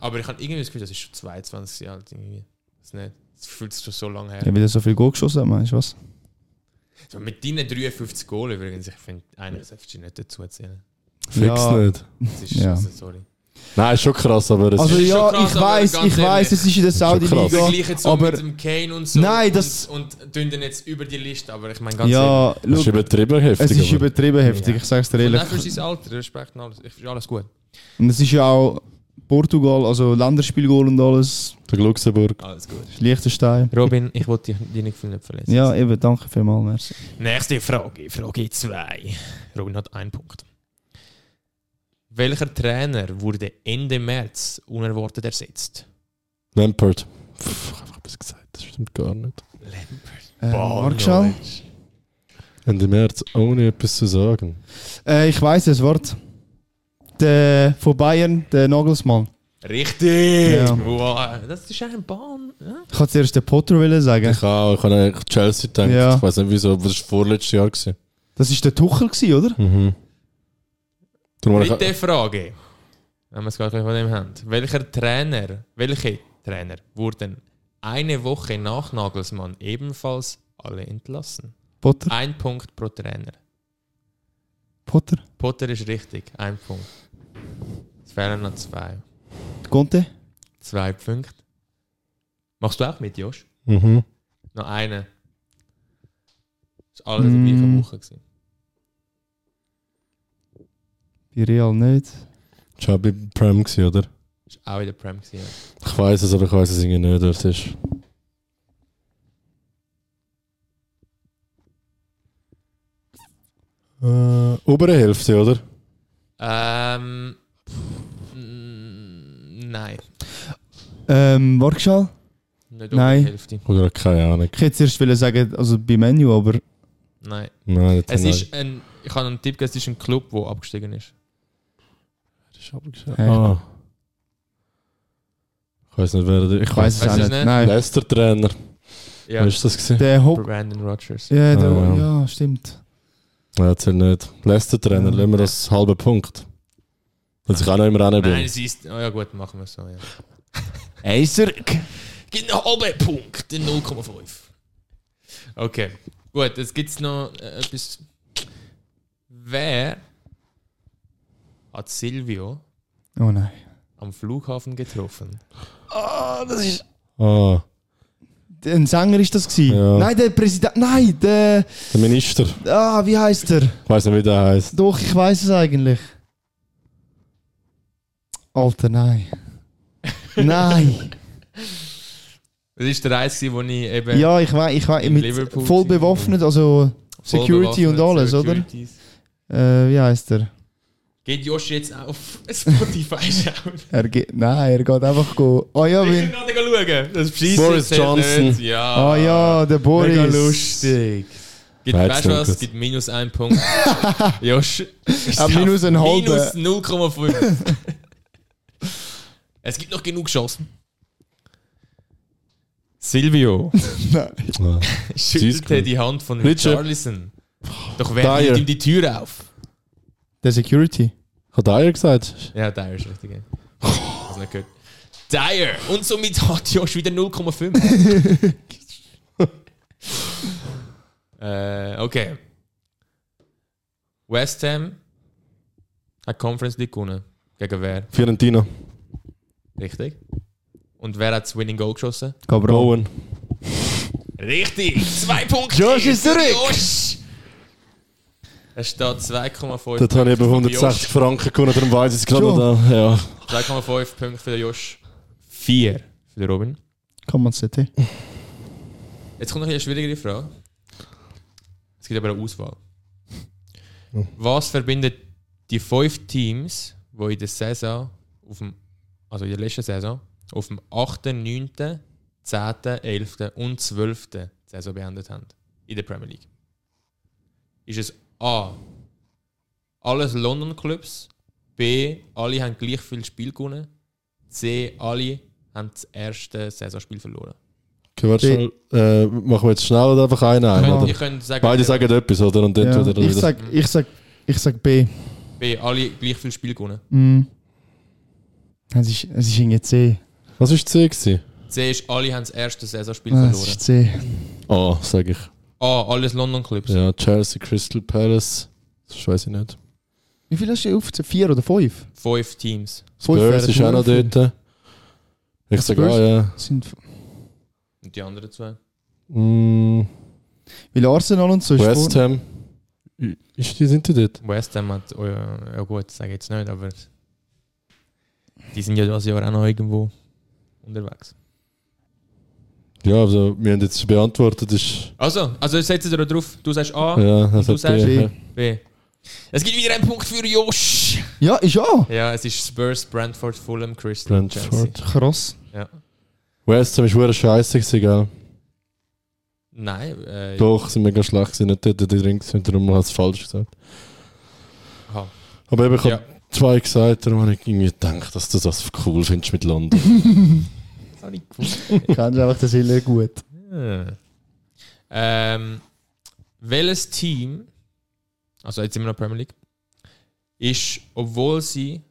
Speaker 5: aber ich habe irgendwie das Gefühl, das ist schon 22 Jahre alt. Irgendwie. Das, nicht, das fühlt sich schon so lange her.
Speaker 6: Ja, weil er so viel Goal geschossen hat, meinst du was?
Speaker 5: So, Mit deinen 53 Goal übrigens, ich finde, eigentlich solltest du nicht dazu zählen.
Speaker 7: Fix
Speaker 6: Ja.
Speaker 7: nicht.
Speaker 5: Das ist,
Speaker 6: Ja.
Speaker 5: also, sorry.
Speaker 7: Nein, ist schon krass, aber es
Speaker 6: Also
Speaker 5: ist
Speaker 6: ja,
Speaker 5: schon krass,
Speaker 6: ich
Speaker 5: aber
Speaker 6: weiß,
Speaker 5: ganz
Speaker 6: ich weiß,
Speaker 5: ehrlich.
Speaker 6: es ist in der
Speaker 7: krass.
Speaker 5: Wir
Speaker 6: Saudi-Liga.
Speaker 5: vergleichen so
Speaker 6: aber-
Speaker 5: mit dem Kane und so.
Speaker 6: Nein, das-
Speaker 5: Und, und tun den jetzt über die Liste, aber ich meine ganz ehrlich.
Speaker 6: Ja,
Speaker 7: ist
Speaker 6: schau,
Speaker 7: übertrieben heftig.
Speaker 6: es ist
Speaker 7: aber-
Speaker 6: übertrieben heftig,
Speaker 5: Ja.
Speaker 6: ich sag's dir
Speaker 5: Und
Speaker 6: ehrlich.
Speaker 5: auch für sein Alter, Respekt und alles. Ich finde alles gut.
Speaker 6: Und es ist ja auch Portugal, also Länderspielgoal und alles,
Speaker 7: Der Luxemburg.
Speaker 5: Alles gut.
Speaker 6: Liechtenstein.
Speaker 5: Robin, ich wollte dich deine Gefühle nicht verletzen.
Speaker 6: Ja, eben, danke vielmals, merci.
Speaker 5: Nächste Frage, Frage 2. Robin hat einen Punkt. Welcher Trainer wurde Ende März unerwartet ersetzt?
Speaker 7: Lampert. Pff, ich hab einfach etwas gesagt. Das stimmt gar nicht.
Speaker 6: Äh,
Speaker 5: Boah,
Speaker 6: Marschall?
Speaker 7: Ende März, ohne etwas zu sagen.
Speaker 6: Äh, ich weiß das Wort. Der von Bayern, der Nagelsmann.
Speaker 5: Richtig!
Speaker 6: Ja.
Speaker 5: Wow, das ist ein Bahn. Ja?
Speaker 6: Ich wollte zuerst den Potter wollen sagen.
Speaker 7: Ich auch. Ich habe eigentlich Chelsea gedacht.
Speaker 6: Ja.
Speaker 7: Ich weiß nicht wieso, aber das war vorletztes Jahr. Gewesen.
Speaker 6: Das ist der Tuchel gewesen, oder?
Speaker 7: Mhm. Darum habe ich-
Speaker 5: Dritte Frage. Wenn wir es gar nicht von dem haben. Welcher Trainer, welche Trainer wurden eine Woche nach Nagelsmann ebenfalls alle entlassen?
Speaker 6: Potter,
Speaker 5: Ein Punkt pro Trainer.
Speaker 6: Potter,
Speaker 5: Potter ist richtig, ein Punkt. Es fehlen noch zwei.
Speaker 6: Conte.
Speaker 5: Zwei Punkte. Machst du auch mit, Josh?
Speaker 7: Mhm.
Speaker 5: Noch einen. Das war alles in der gleichen Woche. Gewesen.
Speaker 6: Bei Real nicht.
Speaker 7: Das war auch bei Prem, gewesen, oder?
Speaker 5: Das war auch in der Prem. Gewesen, ja.
Speaker 7: Ich weiß es, aber ich weiß es irgendwie nicht, wer es ist. Äh, obere Hälfte, oder?
Speaker 5: Ähm. pff, mm, Nein.
Speaker 6: Ähm, Marschall?
Speaker 5: Nicht um
Speaker 6: Nein.
Speaker 5: die Hälfte.
Speaker 7: Oder keine Ahnung.
Speaker 6: Ich hätte zuerst wollen sagen, also bei Menu, aber
Speaker 5: Nein.
Speaker 7: Nein, nicht
Speaker 5: Es
Speaker 7: nein.
Speaker 5: ist ein, ich habe einen Tipp gegeben, es ist ein Club, der abgestiegen ist.
Speaker 7: Das ist abgeschaut. Ah. Ich weiß nicht, wer der Ich
Speaker 6: ich weiß es
Speaker 5: Weißt
Speaker 6: auch
Speaker 5: du
Speaker 6: nicht.
Speaker 5: es nicht?
Speaker 6: Nein.
Speaker 7: Leicester-Trainer.
Speaker 5: Ja.
Speaker 7: Wer ist das gewesen?
Speaker 6: Der Hock.
Speaker 5: Brandon Rogers.
Speaker 6: Ja, der,
Speaker 7: Ah, ja.
Speaker 6: ja, stimmt.
Speaker 7: Ja, zählt nicht. Leicester-Trainer, lassen wir das halbe Punkt. Dass ich auch noch immer rein
Speaker 5: Nein,
Speaker 7: bin.
Speaker 5: es ist. Oh ja, gut, machen wir es so. Ja.
Speaker 6: Eiser.
Speaker 5: Gibt noch halben Punkt, den 0,5. Okay, gut, jetzt gibt es noch äh, etwas. Wer hat Silvio
Speaker 6: Oh nein.
Speaker 5: am Flughafen getroffen.
Speaker 6: Ah, das ist...
Speaker 7: Ah,
Speaker 6: Ein Sänger ist das gewesen.
Speaker 7: Ja.
Speaker 6: Nein, der Präsident... Nein, der...
Speaker 7: der Minister. Ich
Speaker 6: Ah, wie heißt er?
Speaker 7: weiß nicht, wie der heißt.
Speaker 6: Doch, ich weiß es eigentlich. Alter, nein. nein.
Speaker 5: Das ist der Reis, wo ich eben
Speaker 6: Ja, ich weiß, ich weiß,
Speaker 5: In
Speaker 6: mit
Speaker 5: Liverpool
Speaker 6: voll
Speaker 5: sind-
Speaker 6: bewaffnet, also
Speaker 5: voll
Speaker 6: Security und
Speaker 5: bewaffnet,
Speaker 6: alles,
Speaker 5: Securities.
Speaker 6: oder? Äh, wie heißt er?
Speaker 5: Geht Josh jetzt auf Spotify schauen?
Speaker 6: er geht, nein, er geht einfach go. Ah ja,
Speaker 5: Ich will gerade
Speaker 6: wenn,
Speaker 5: schauen. Das ist
Speaker 7: Boris
Speaker 5: zählt
Speaker 7: Johnson.
Speaker 5: nicht. Ja.
Speaker 6: ah ja, der Boris.
Speaker 5: Mega lustig. Gibt,
Speaker 7: Wer hat's
Speaker 5: weißt du was?
Speaker 7: gedacht?
Speaker 5: Gibt minus ein Punkt. Josh.
Speaker 6: Ah, minus ein
Speaker 5: Minus
Speaker 6: halber.
Speaker 5: 0,5. es gibt noch genug Chancen. Silvio
Speaker 7: Ah.
Speaker 5: schüttelte
Speaker 7: cool.
Speaker 5: die Hand von
Speaker 7: Nicht schön.
Speaker 5: Richarlison. Doch wer
Speaker 7: Dyer.
Speaker 5: hielt ihm die Tür auf?
Speaker 6: Der Security.
Speaker 7: Hat Dyer gesagt?
Speaker 5: Ja, Dyer ist richtig. ja. Hast nicht gehört. Dyer! Und somit hat Josh wieder 0,5. äh, okay. West Ham hat Conference League gewonnen. Gegen wer?
Speaker 7: Fiorentina.
Speaker 5: Richtig. Und wer hat das Winning Goal geschossen?
Speaker 6: Cabral.
Speaker 7: Bowen.
Speaker 5: Richtig! Zwei Punkte!
Speaker 6: Josh ist
Speaker 5: für
Speaker 6: zurück.
Speaker 5: Josh! Es steht 2,5
Speaker 7: Dort habe ich eben
Speaker 5: für
Speaker 7: 160
Speaker 5: Josh.
Speaker 7: Franken gewonnen, darum weiß ich es gerade
Speaker 6: Schon.
Speaker 7: noch da. Ja.
Speaker 5: 2,5 Punkte für den Josh. 4 für den Robin.
Speaker 6: Kann man City.
Speaker 5: Jetzt kommt noch eine schwierigere Frage. Es gibt aber eine Auswahl. Was verbindet die fünf Teams, die in der Saison, auf dem, also in der letzten Saison, auf dem 8., 9., 10., 11. und 12. die Saison beendet haben in der Premier League? Ist es A. Alles London Clubs, B. Alle haben gleich viel Spiel gewonnen, C. Alle haben das erste Saisonspiel verloren.
Speaker 7: Okay, warte
Speaker 6: Die-
Speaker 7: schnell. Äh, machen wir jetzt schnell oder einfach einen ein,
Speaker 6: Ja.
Speaker 7: oder?
Speaker 5: Ihr könnt sagen,
Speaker 7: Beide sagen etwas, oder? Und
Speaker 6: Ja.
Speaker 7: entweder
Speaker 6: Ich sag, ich sag, ich sag B.
Speaker 5: B, alle gleich viel Spiel gewonnen.
Speaker 6: Mm. Es ist, es ist irgendwie C.
Speaker 7: Was war C? Gewesen?
Speaker 5: C ist, alle haben das erste Saisonspiel
Speaker 6: Ah, es
Speaker 5: verloren.
Speaker 6: ist C.
Speaker 7: Ah, sag ich.
Speaker 5: Ah, alles London Clips.
Speaker 7: Ja, Chelsea, Crystal Palace. Das weiß ich nicht.
Speaker 6: Wie viel hast du aufgezählt? Vier oder fünf?
Speaker 5: Fünf Teams.
Speaker 6: Fünf
Speaker 7: Spurs
Speaker 6: wären
Speaker 7: ist auch noch
Speaker 6: viel.
Speaker 7: dort. Ich sag
Speaker 6: Spurs?
Speaker 7: auch, ja.
Speaker 6: Sind,
Speaker 5: Und die anderen zwei?
Speaker 7: Mm,
Speaker 6: weil Arsenal und so ist
Speaker 7: West
Speaker 6: vor-
Speaker 7: Ham. Ist die, sind die dort?
Speaker 5: West Ham hat, oh ja, ja gut, sage ich jetzt nicht, aber die sind ja das Jahr auch noch irgendwo unterwegs.
Speaker 7: Ja, also wir haben jetzt schon beantwortet. Ist,
Speaker 5: Also, also setzen wir da drauf. Du sagst A,
Speaker 7: ja, also
Speaker 5: du sagst
Speaker 7: die,
Speaker 6: B.
Speaker 7: ja.
Speaker 5: B. Es gibt wieder einen Punkt für Josh.
Speaker 6: Ja, ist ja.
Speaker 5: Ja, es ist Spurs, Brentford, Fulham, Crystal, Brentford.
Speaker 7: Brentford.
Speaker 6: Krass.
Speaker 5: Ja.
Speaker 7: West Ham ist wirklich scheiße, gewesen, gell?
Speaker 5: Nein, äh,
Speaker 7: Doch, sind mega schlecht, gewesen, nicht dort die Drinks sind, darum habe ich es falsch gesagt.
Speaker 5: aha.
Speaker 7: Aber eben, ich
Speaker 5: Ja.
Speaker 7: habe zwei gesagt, darum habe ich irgendwie gedacht, dass du das cool findest mit London.
Speaker 5: Das habe ich gewusst.
Speaker 6: Kennst einfach den Sille gut.
Speaker 5: Hm. Ähm, welches Team, also jetzt immer noch Premier League, ist, obwohl sie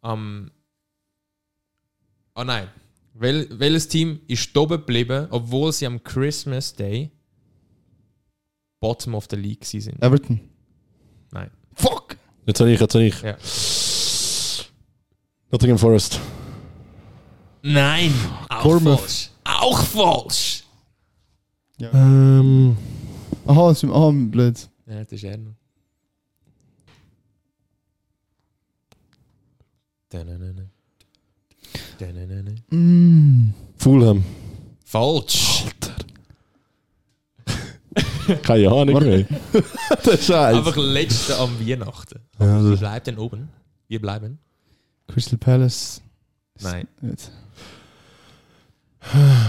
Speaker 5: am. ah nein. Wel, welches Team ist oben geblieben, obwohl sie am Christmas Day Bottom of the League gewesen sind?
Speaker 6: Everton.
Speaker 5: Nein.
Speaker 6: Fuck!
Speaker 7: Jetzt habe ich, jetzt habe ich.
Speaker 5: Ja.
Speaker 7: Nottingham Forest.
Speaker 5: Nein! Auch
Speaker 6: Bournemouth.
Speaker 5: falsch! Auch falsch!
Speaker 7: Ähm,
Speaker 6: Aha, es ist im Arm blöd.
Speaker 5: Ja, das ist er noch. Dananana. Dananana.
Speaker 6: Mm.
Speaker 7: Fulham.
Speaker 5: Falsch!
Speaker 7: Keine Ahnung mehr. der Scheiß.
Speaker 5: Einfach letzte am Weihnachten.
Speaker 7: Ja,
Speaker 5: Wie
Speaker 7: das-
Speaker 5: bleibt denn oben? Wir bleiben?
Speaker 6: Crystal Palace.
Speaker 5: Nein.
Speaker 6: Nicht.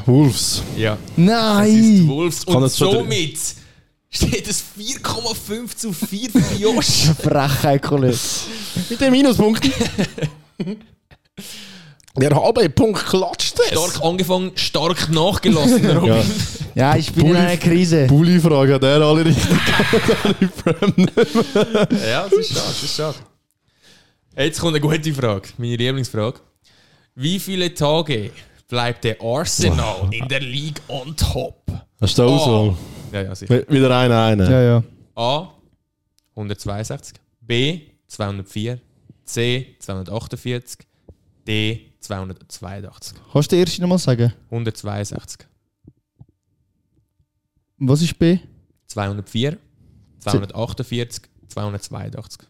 Speaker 7: Wolves.
Speaker 5: Ja. Es ist die
Speaker 6: Nein!
Speaker 5: Wolves
Speaker 7: Kann
Speaker 5: und
Speaker 7: es schon dr-
Speaker 5: somit steht es 4,5 zu 4 für Josh.
Speaker 6: Frechheit, Kollege.
Speaker 7: Mit den Minuspunkten. Der halbe Punkt klatscht
Speaker 5: Stark angefangen, stark nachgelassen. Robin.
Speaker 7: Ja,
Speaker 6: Ja, ich bin in
Speaker 7: Bulli-
Speaker 6: einer Krise.
Speaker 7: Bulli-Frage hat er alle richtig.
Speaker 5: Ja, das ist schade, das ist schade. Jetzt kommt eine gute Frage, meine Lieblingsfrage. Wie viele Tage bleibt der Arsenal in der League on top?
Speaker 7: Hast du eine Auswahl?
Speaker 5: Ja, ja, sicher.
Speaker 7: W- Wieder einen, einen.
Speaker 6: Ja, ja.
Speaker 5: A. 162. B. 204. C. 248. D282.
Speaker 6: Kannst du den ersten nochmal sagen?
Speaker 5: 162.
Speaker 6: Was ist B?
Speaker 5: 204. 248. 282.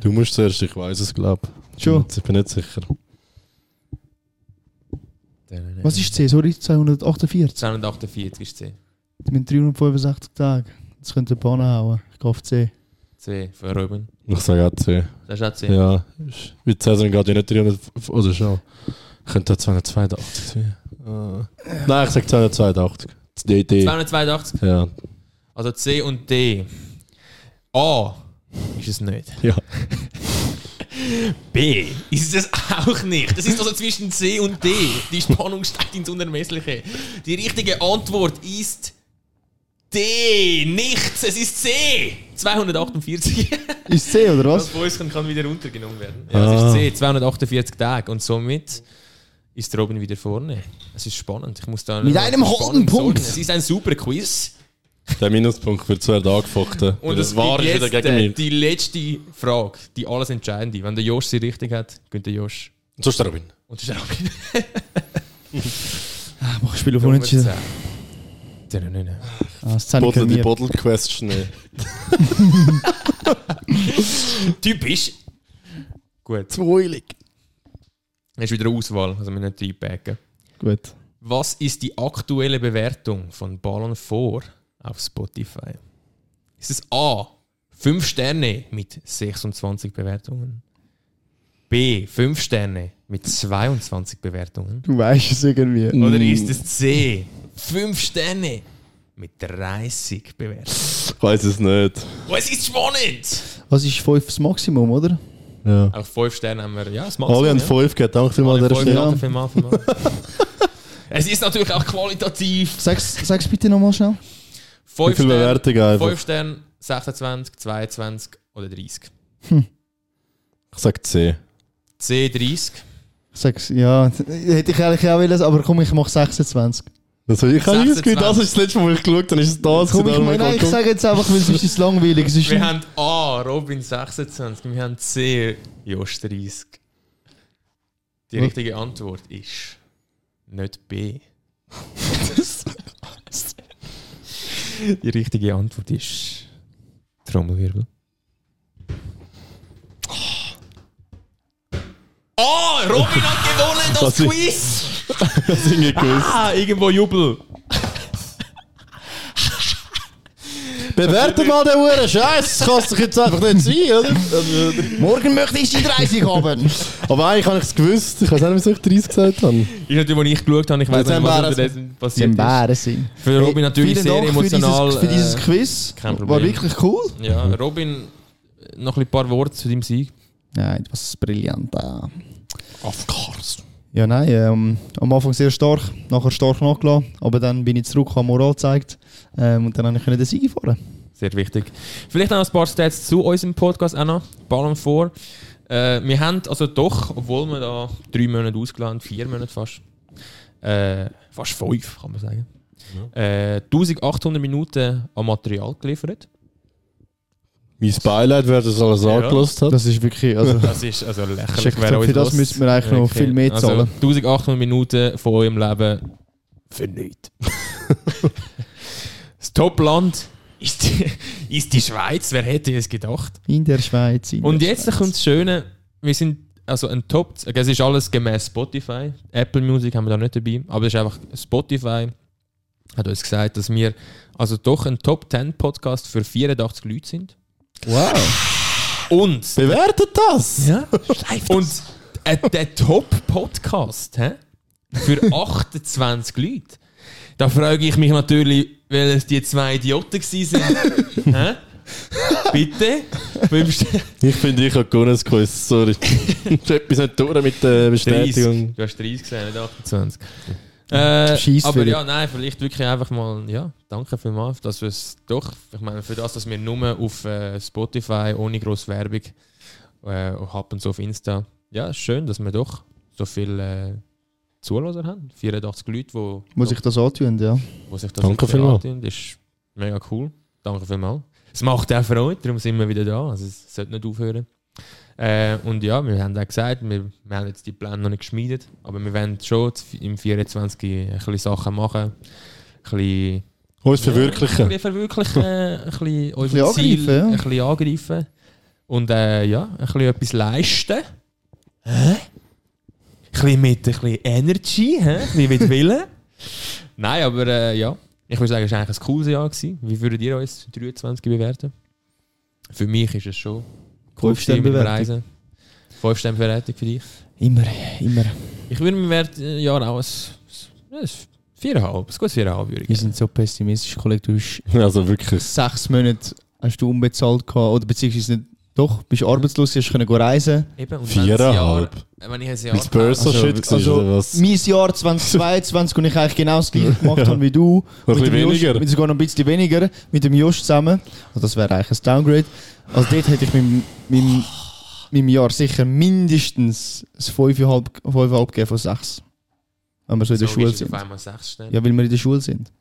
Speaker 7: Du musst zuerst, ich weiß es, glaube ich.
Speaker 6: Schon.
Speaker 7: Ich bin nicht sicher.
Speaker 6: Was ist C? Sorry, 248.
Speaker 5: 248 ist C.
Speaker 6: Mit 365 Tagen. Das könnte ein paar hauen. Ich gehe auf C.
Speaker 5: C für Ruben.
Speaker 7: Ich sage auch C.
Speaker 5: Das ist auch C.
Speaker 7: Ja. ist- Wie die Saison geht ja nicht 300 oder schon. Könnte auch 282 sein. Äh. Nein, ich sage 282. D, D.
Speaker 5: 282.
Speaker 7: Ja.
Speaker 5: Also C und D. A ist es nicht.
Speaker 7: ja.
Speaker 5: B ist es auch nicht. Das ist also zwischen C und D. Die Spannung steigt ins Unermessliche. Die richtige Antwort ist D. Nichts. Es ist C. 248.
Speaker 6: Ist C oder
Speaker 5: Das
Speaker 6: was?
Speaker 5: Päuschen kann wieder runtergenommen werden. Ja, es ist C.
Speaker 6: Ah.
Speaker 5: 248 Tage. Und somit ist Robin wieder vorne. Es ist spannend. Ich muss da
Speaker 6: Mit
Speaker 5: noch
Speaker 6: einem
Speaker 5: für Spannung
Speaker 6: holden Punkt.
Speaker 5: sorgen. Es ist ein super Quiz.
Speaker 7: Der Minuspunkt wird zuerst angefochten.
Speaker 5: Und es war jetzt äh, die letzte Frage, die alles entscheidende. Wenn der Josh sie richtig hat, gönnt der Josh.
Speaker 7: So ist der Robin.
Speaker 5: Und das ist Robin.
Speaker 6: Oh, Ich spiele auf Unentschieden. Ah, das Zähne
Speaker 7: Bottle, die
Speaker 6: können wir.
Speaker 7: Bottle Question. ey.
Speaker 5: Typisch. Gut.
Speaker 7: Zweilig.
Speaker 5: Hast wieder eine Auswahl, also wir nicht reinpacken.
Speaker 6: Gut.
Speaker 5: Was ist die aktuelle Bewertung von Ballon vor auf Spotify? Ist es A. 5 Sterne mit 26 Bewertungen. B. 5 Sterne mit 22 Bewertungen.
Speaker 6: Du weißt es irgendwie.
Speaker 5: Oder
Speaker 7: Mm.
Speaker 5: ist es C. 5 Sterne mit 30 Bewertungen.
Speaker 7: Ich weiß es nicht.
Speaker 5: Oh, es ist spannend!
Speaker 6: Was ist 5 das Maximum, oder?
Speaker 7: Ja.
Speaker 5: Auch 5 Sterne haben wir. Ja, es macht Sinn,
Speaker 7: Alle haben
Speaker 5: ja.
Speaker 7: 5 gegeben. Danke vielmals an
Speaker 5: Alle
Speaker 7: dieser
Speaker 5: fünf,
Speaker 7: Stelle.
Speaker 5: ja. Vielmal, vielmal. Es ist natürlich auch qualitativ.
Speaker 6: Sag's, sag's bitte nochmal schnell.
Speaker 5: 5
Speaker 7: viele Bewertungen einfach?
Speaker 5: 5 Sterne, 26, 22 oder 30.
Speaker 7: Ich sage C.
Speaker 5: C 30.
Speaker 6: Sag's, ja, hätte ich eigentlich auch wollen, aber komm, ich mach 26.
Speaker 7: Das habe ich habe
Speaker 5: 26.
Speaker 7: das Gefühl, das ist das letzte Mal, wo ich geschaut habe, ist es das.
Speaker 6: Komm, ich,
Speaker 7: gewesen.
Speaker 6: meine, nein, ich
Speaker 7: Komm.
Speaker 6: sage jetzt einfach, weil sonst ist es langweilig. Sonst
Speaker 5: Wir haben A, Robin 26, wir haben C, Josh 30. Die
Speaker 6: Hm.
Speaker 5: richtige Antwort ist nicht B. Die richtige Antwort ist Trommelwirbel. Oh, Robin hat gewonnen, das
Speaker 7: Was ist-
Speaker 5: Quiz!
Speaker 7: das irgendwie gewusst.
Speaker 5: Ah, irgendwo Jubel.
Speaker 7: Bewertet mal den Uhren, Scheiß, das kann es doch jetzt einfach nicht sein, oder? Also, äh,
Speaker 6: Morgen möchte ich die 30 haben.
Speaker 7: Aber eigentlich habe ich es gewusst. Ich weiß nicht, wieso ich 30 gesagt habe.
Speaker 5: Ist natürlich, wo ich geschaut habe, ich weiß nicht, was
Speaker 6: also
Speaker 5: unterdessen
Speaker 6: dus.
Speaker 5: passiert ist.
Speaker 6: sind.
Speaker 5: Für Robin natürlich sehr emotional. äh,
Speaker 6: Für dieses, für dieses Quiz.
Speaker 5: kein Problem.
Speaker 6: War wirklich cool.
Speaker 5: Ja, Robin, äh, noch ein paar Worte zu deinem Sieg.
Speaker 6: Nein, das ist brillant. äh.
Speaker 7: Of course.
Speaker 6: Ja, nein, ähm, am Anfang sehr stark, nachher stark nachgelassen, aber dann bin ich zurück, habe Moral gezeigt ähm, und dann habe ich den Sieg fahren.
Speaker 5: Sehr wichtig. Vielleicht noch ein paar Stats zu unserem Podcast auch noch. Ballon vor. Äh, wir haben also doch, obwohl wir da drei Monate ausgelernt, vier Monate fast, äh, fast fünf, kann man sagen, äh, 1800 Minuten an Material geliefert.
Speaker 7: Mein Beileid, wer das alles
Speaker 5: Ja.
Speaker 7: angelost hat.
Speaker 6: Das ist wirklich, eh, also
Speaker 5: Das ist also lächerlich.
Speaker 6: Check,
Speaker 5: wer
Speaker 6: für
Speaker 5: uns
Speaker 6: das
Speaker 5: hört.
Speaker 6: müssen wir eigentlich noch viel mehr zahlen.
Speaker 5: Also 1800 Minuten von eurem Leben für nichts. das Topland ist die, ist die Schweiz. Wer hätte es gedacht?
Speaker 6: in der Schweiz. In
Speaker 5: Und
Speaker 6: der
Speaker 5: jetzt
Speaker 6: Schweiz.
Speaker 5: kommt das Schöne, wir sind also ein Top, es ist alles gemäß Spotify, Apple Music haben wir da nicht dabei, aber es ist einfach Spotify hat uns gesagt, dass wir also doch ein Top 10 Podcast für 84 Leute sind.
Speaker 6: Wow.
Speaker 5: Und
Speaker 7: Bewertet das!
Speaker 5: ja, und äh, der Top Podcast hä? für 28 Leute. Da frage ich mich natürlich, weil es die zwei Idioten gewesen sind. hä? Bitte? Fünf Sterne.
Speaker 7: Ich finde, ich habe gewonnen, das Quiz. Sorry. ich habe etwas nicht durch mit der
Speaker 5: 30.
Speaker 7: Bestätigung.
Speaker 5: Du hast 30 gesehen, nicht 28. Äh,
Speaker 6: Scheiss,
Speaker 5: aber
Speaker 6: Philipp.
Speaker 5: ja, nein, vielleicht wirklich einfach mal, ja, danke vielmals, dass wir es doch, ich meine, für das, dass wir nur auf äh, Spotify ohne grosse Werbung äh, haben, so auf Insta. Ja, ist schön, dass wir doch so viele äh, Zuhörer haben. 84 Leute, die
Speaker 6: Muss ich das antun, ja.
Speaker 5: wo sich das
Speaker 7: Danke
Speaker 5: jetzt
Speaker 7: vielmals.
Speaker 5: antun. Das ist mega cool. Danke vielmals. Es macht auch Freude, darum sind wir wieder da. Also es sollte nicht aufhören. Äh, und ja, wir haben auch gesagt, wir, wir haben jetzt die Pläne noch nicht geschmiedet, aber wir werden schon z- im 24 ein bisschen Sachen machen, ein bisschen
Speaker 7: Uns
Speaker 5: ja, ein
Speaker 7: verwirklichen.
Speaker 5: bisschen verwirklichen, ein bisschen unser
Speaker 6: bisschen
Speaker 5: Ziel
Speaker 6: angreifen, ja.
Speaker 5: ein bisschen angreifen und äh, ja, ein bisschen etwas leisten. Hä? Ein bisschen mit ein bisschen Energy, hä? ein bisschen mit Willen. Nein, aber äh, ja, ich würde sagen, es war eigentlich ein cooles Jahr. Gewesen. Wie würdet ihr uns 23 bewerten? Für mich ist es schon cool
Speaker 6: Fünf Sterne
Speaker 5: gewesen mit dem
Speaker 6: Bewertung.
Speaker 5: Reisen. 5 Sterne Bewertung für dich.
Speaker 6: Immer, immer.
Speaker 5: Ich würde mir während äh, Jahr auch ein, ein, ein 4,5, ein gutes 4,5 würde ich
Speaker 6: Wir
Speaker 5: geben.
Speaker 6: sind so pessimistisch, Kollege. Du hast
Speaker 7: Also wirklich.
Speaker 6: sechs Monate hast du unbezahlt gehabt, oder beziehungsweise nicht, doch, bist arbeitslos, hast können go reisen.
Speaker 5: Eben, und wenn das Jahr-
Speaker 7: Viereinhalb.
Speaker 5: äh, Wenn ich ein Jahr
Speaker 7: Mein Börser-Shit
Speaker 6: Also-
Speaker 7: also,
Speaker 6: also-
Speaker 7: oder was?
Speaker 6: Mein Jahr 2022 und ich eigentlich genau das gleiche gemacht habe wie du.
Speaker 7: Noch ein
Speaker 6: Mit dem
Speaker 7: bisschen
Speaker 6: Josh-
Speaker 7: weniger.
Speaker 6: Mit sogar noch ein bisschen weniger. Mit dem Josh zusammen. Also das wäre eigentlich ein Downgrade. Also dort hätte ich meinem, meinem, meinem Jahr sicher mindestens ein 5,5 5,5 gegeben von 6. Wenn wir so in der
Speaker 5: So
Speaker 6: Schule
Speaker 5: ist es
Speaker 6: sind.
Speaker 5: Auf einmal sechs Sterne.
Speaker 6: Ja, weil wir in der Schule sind.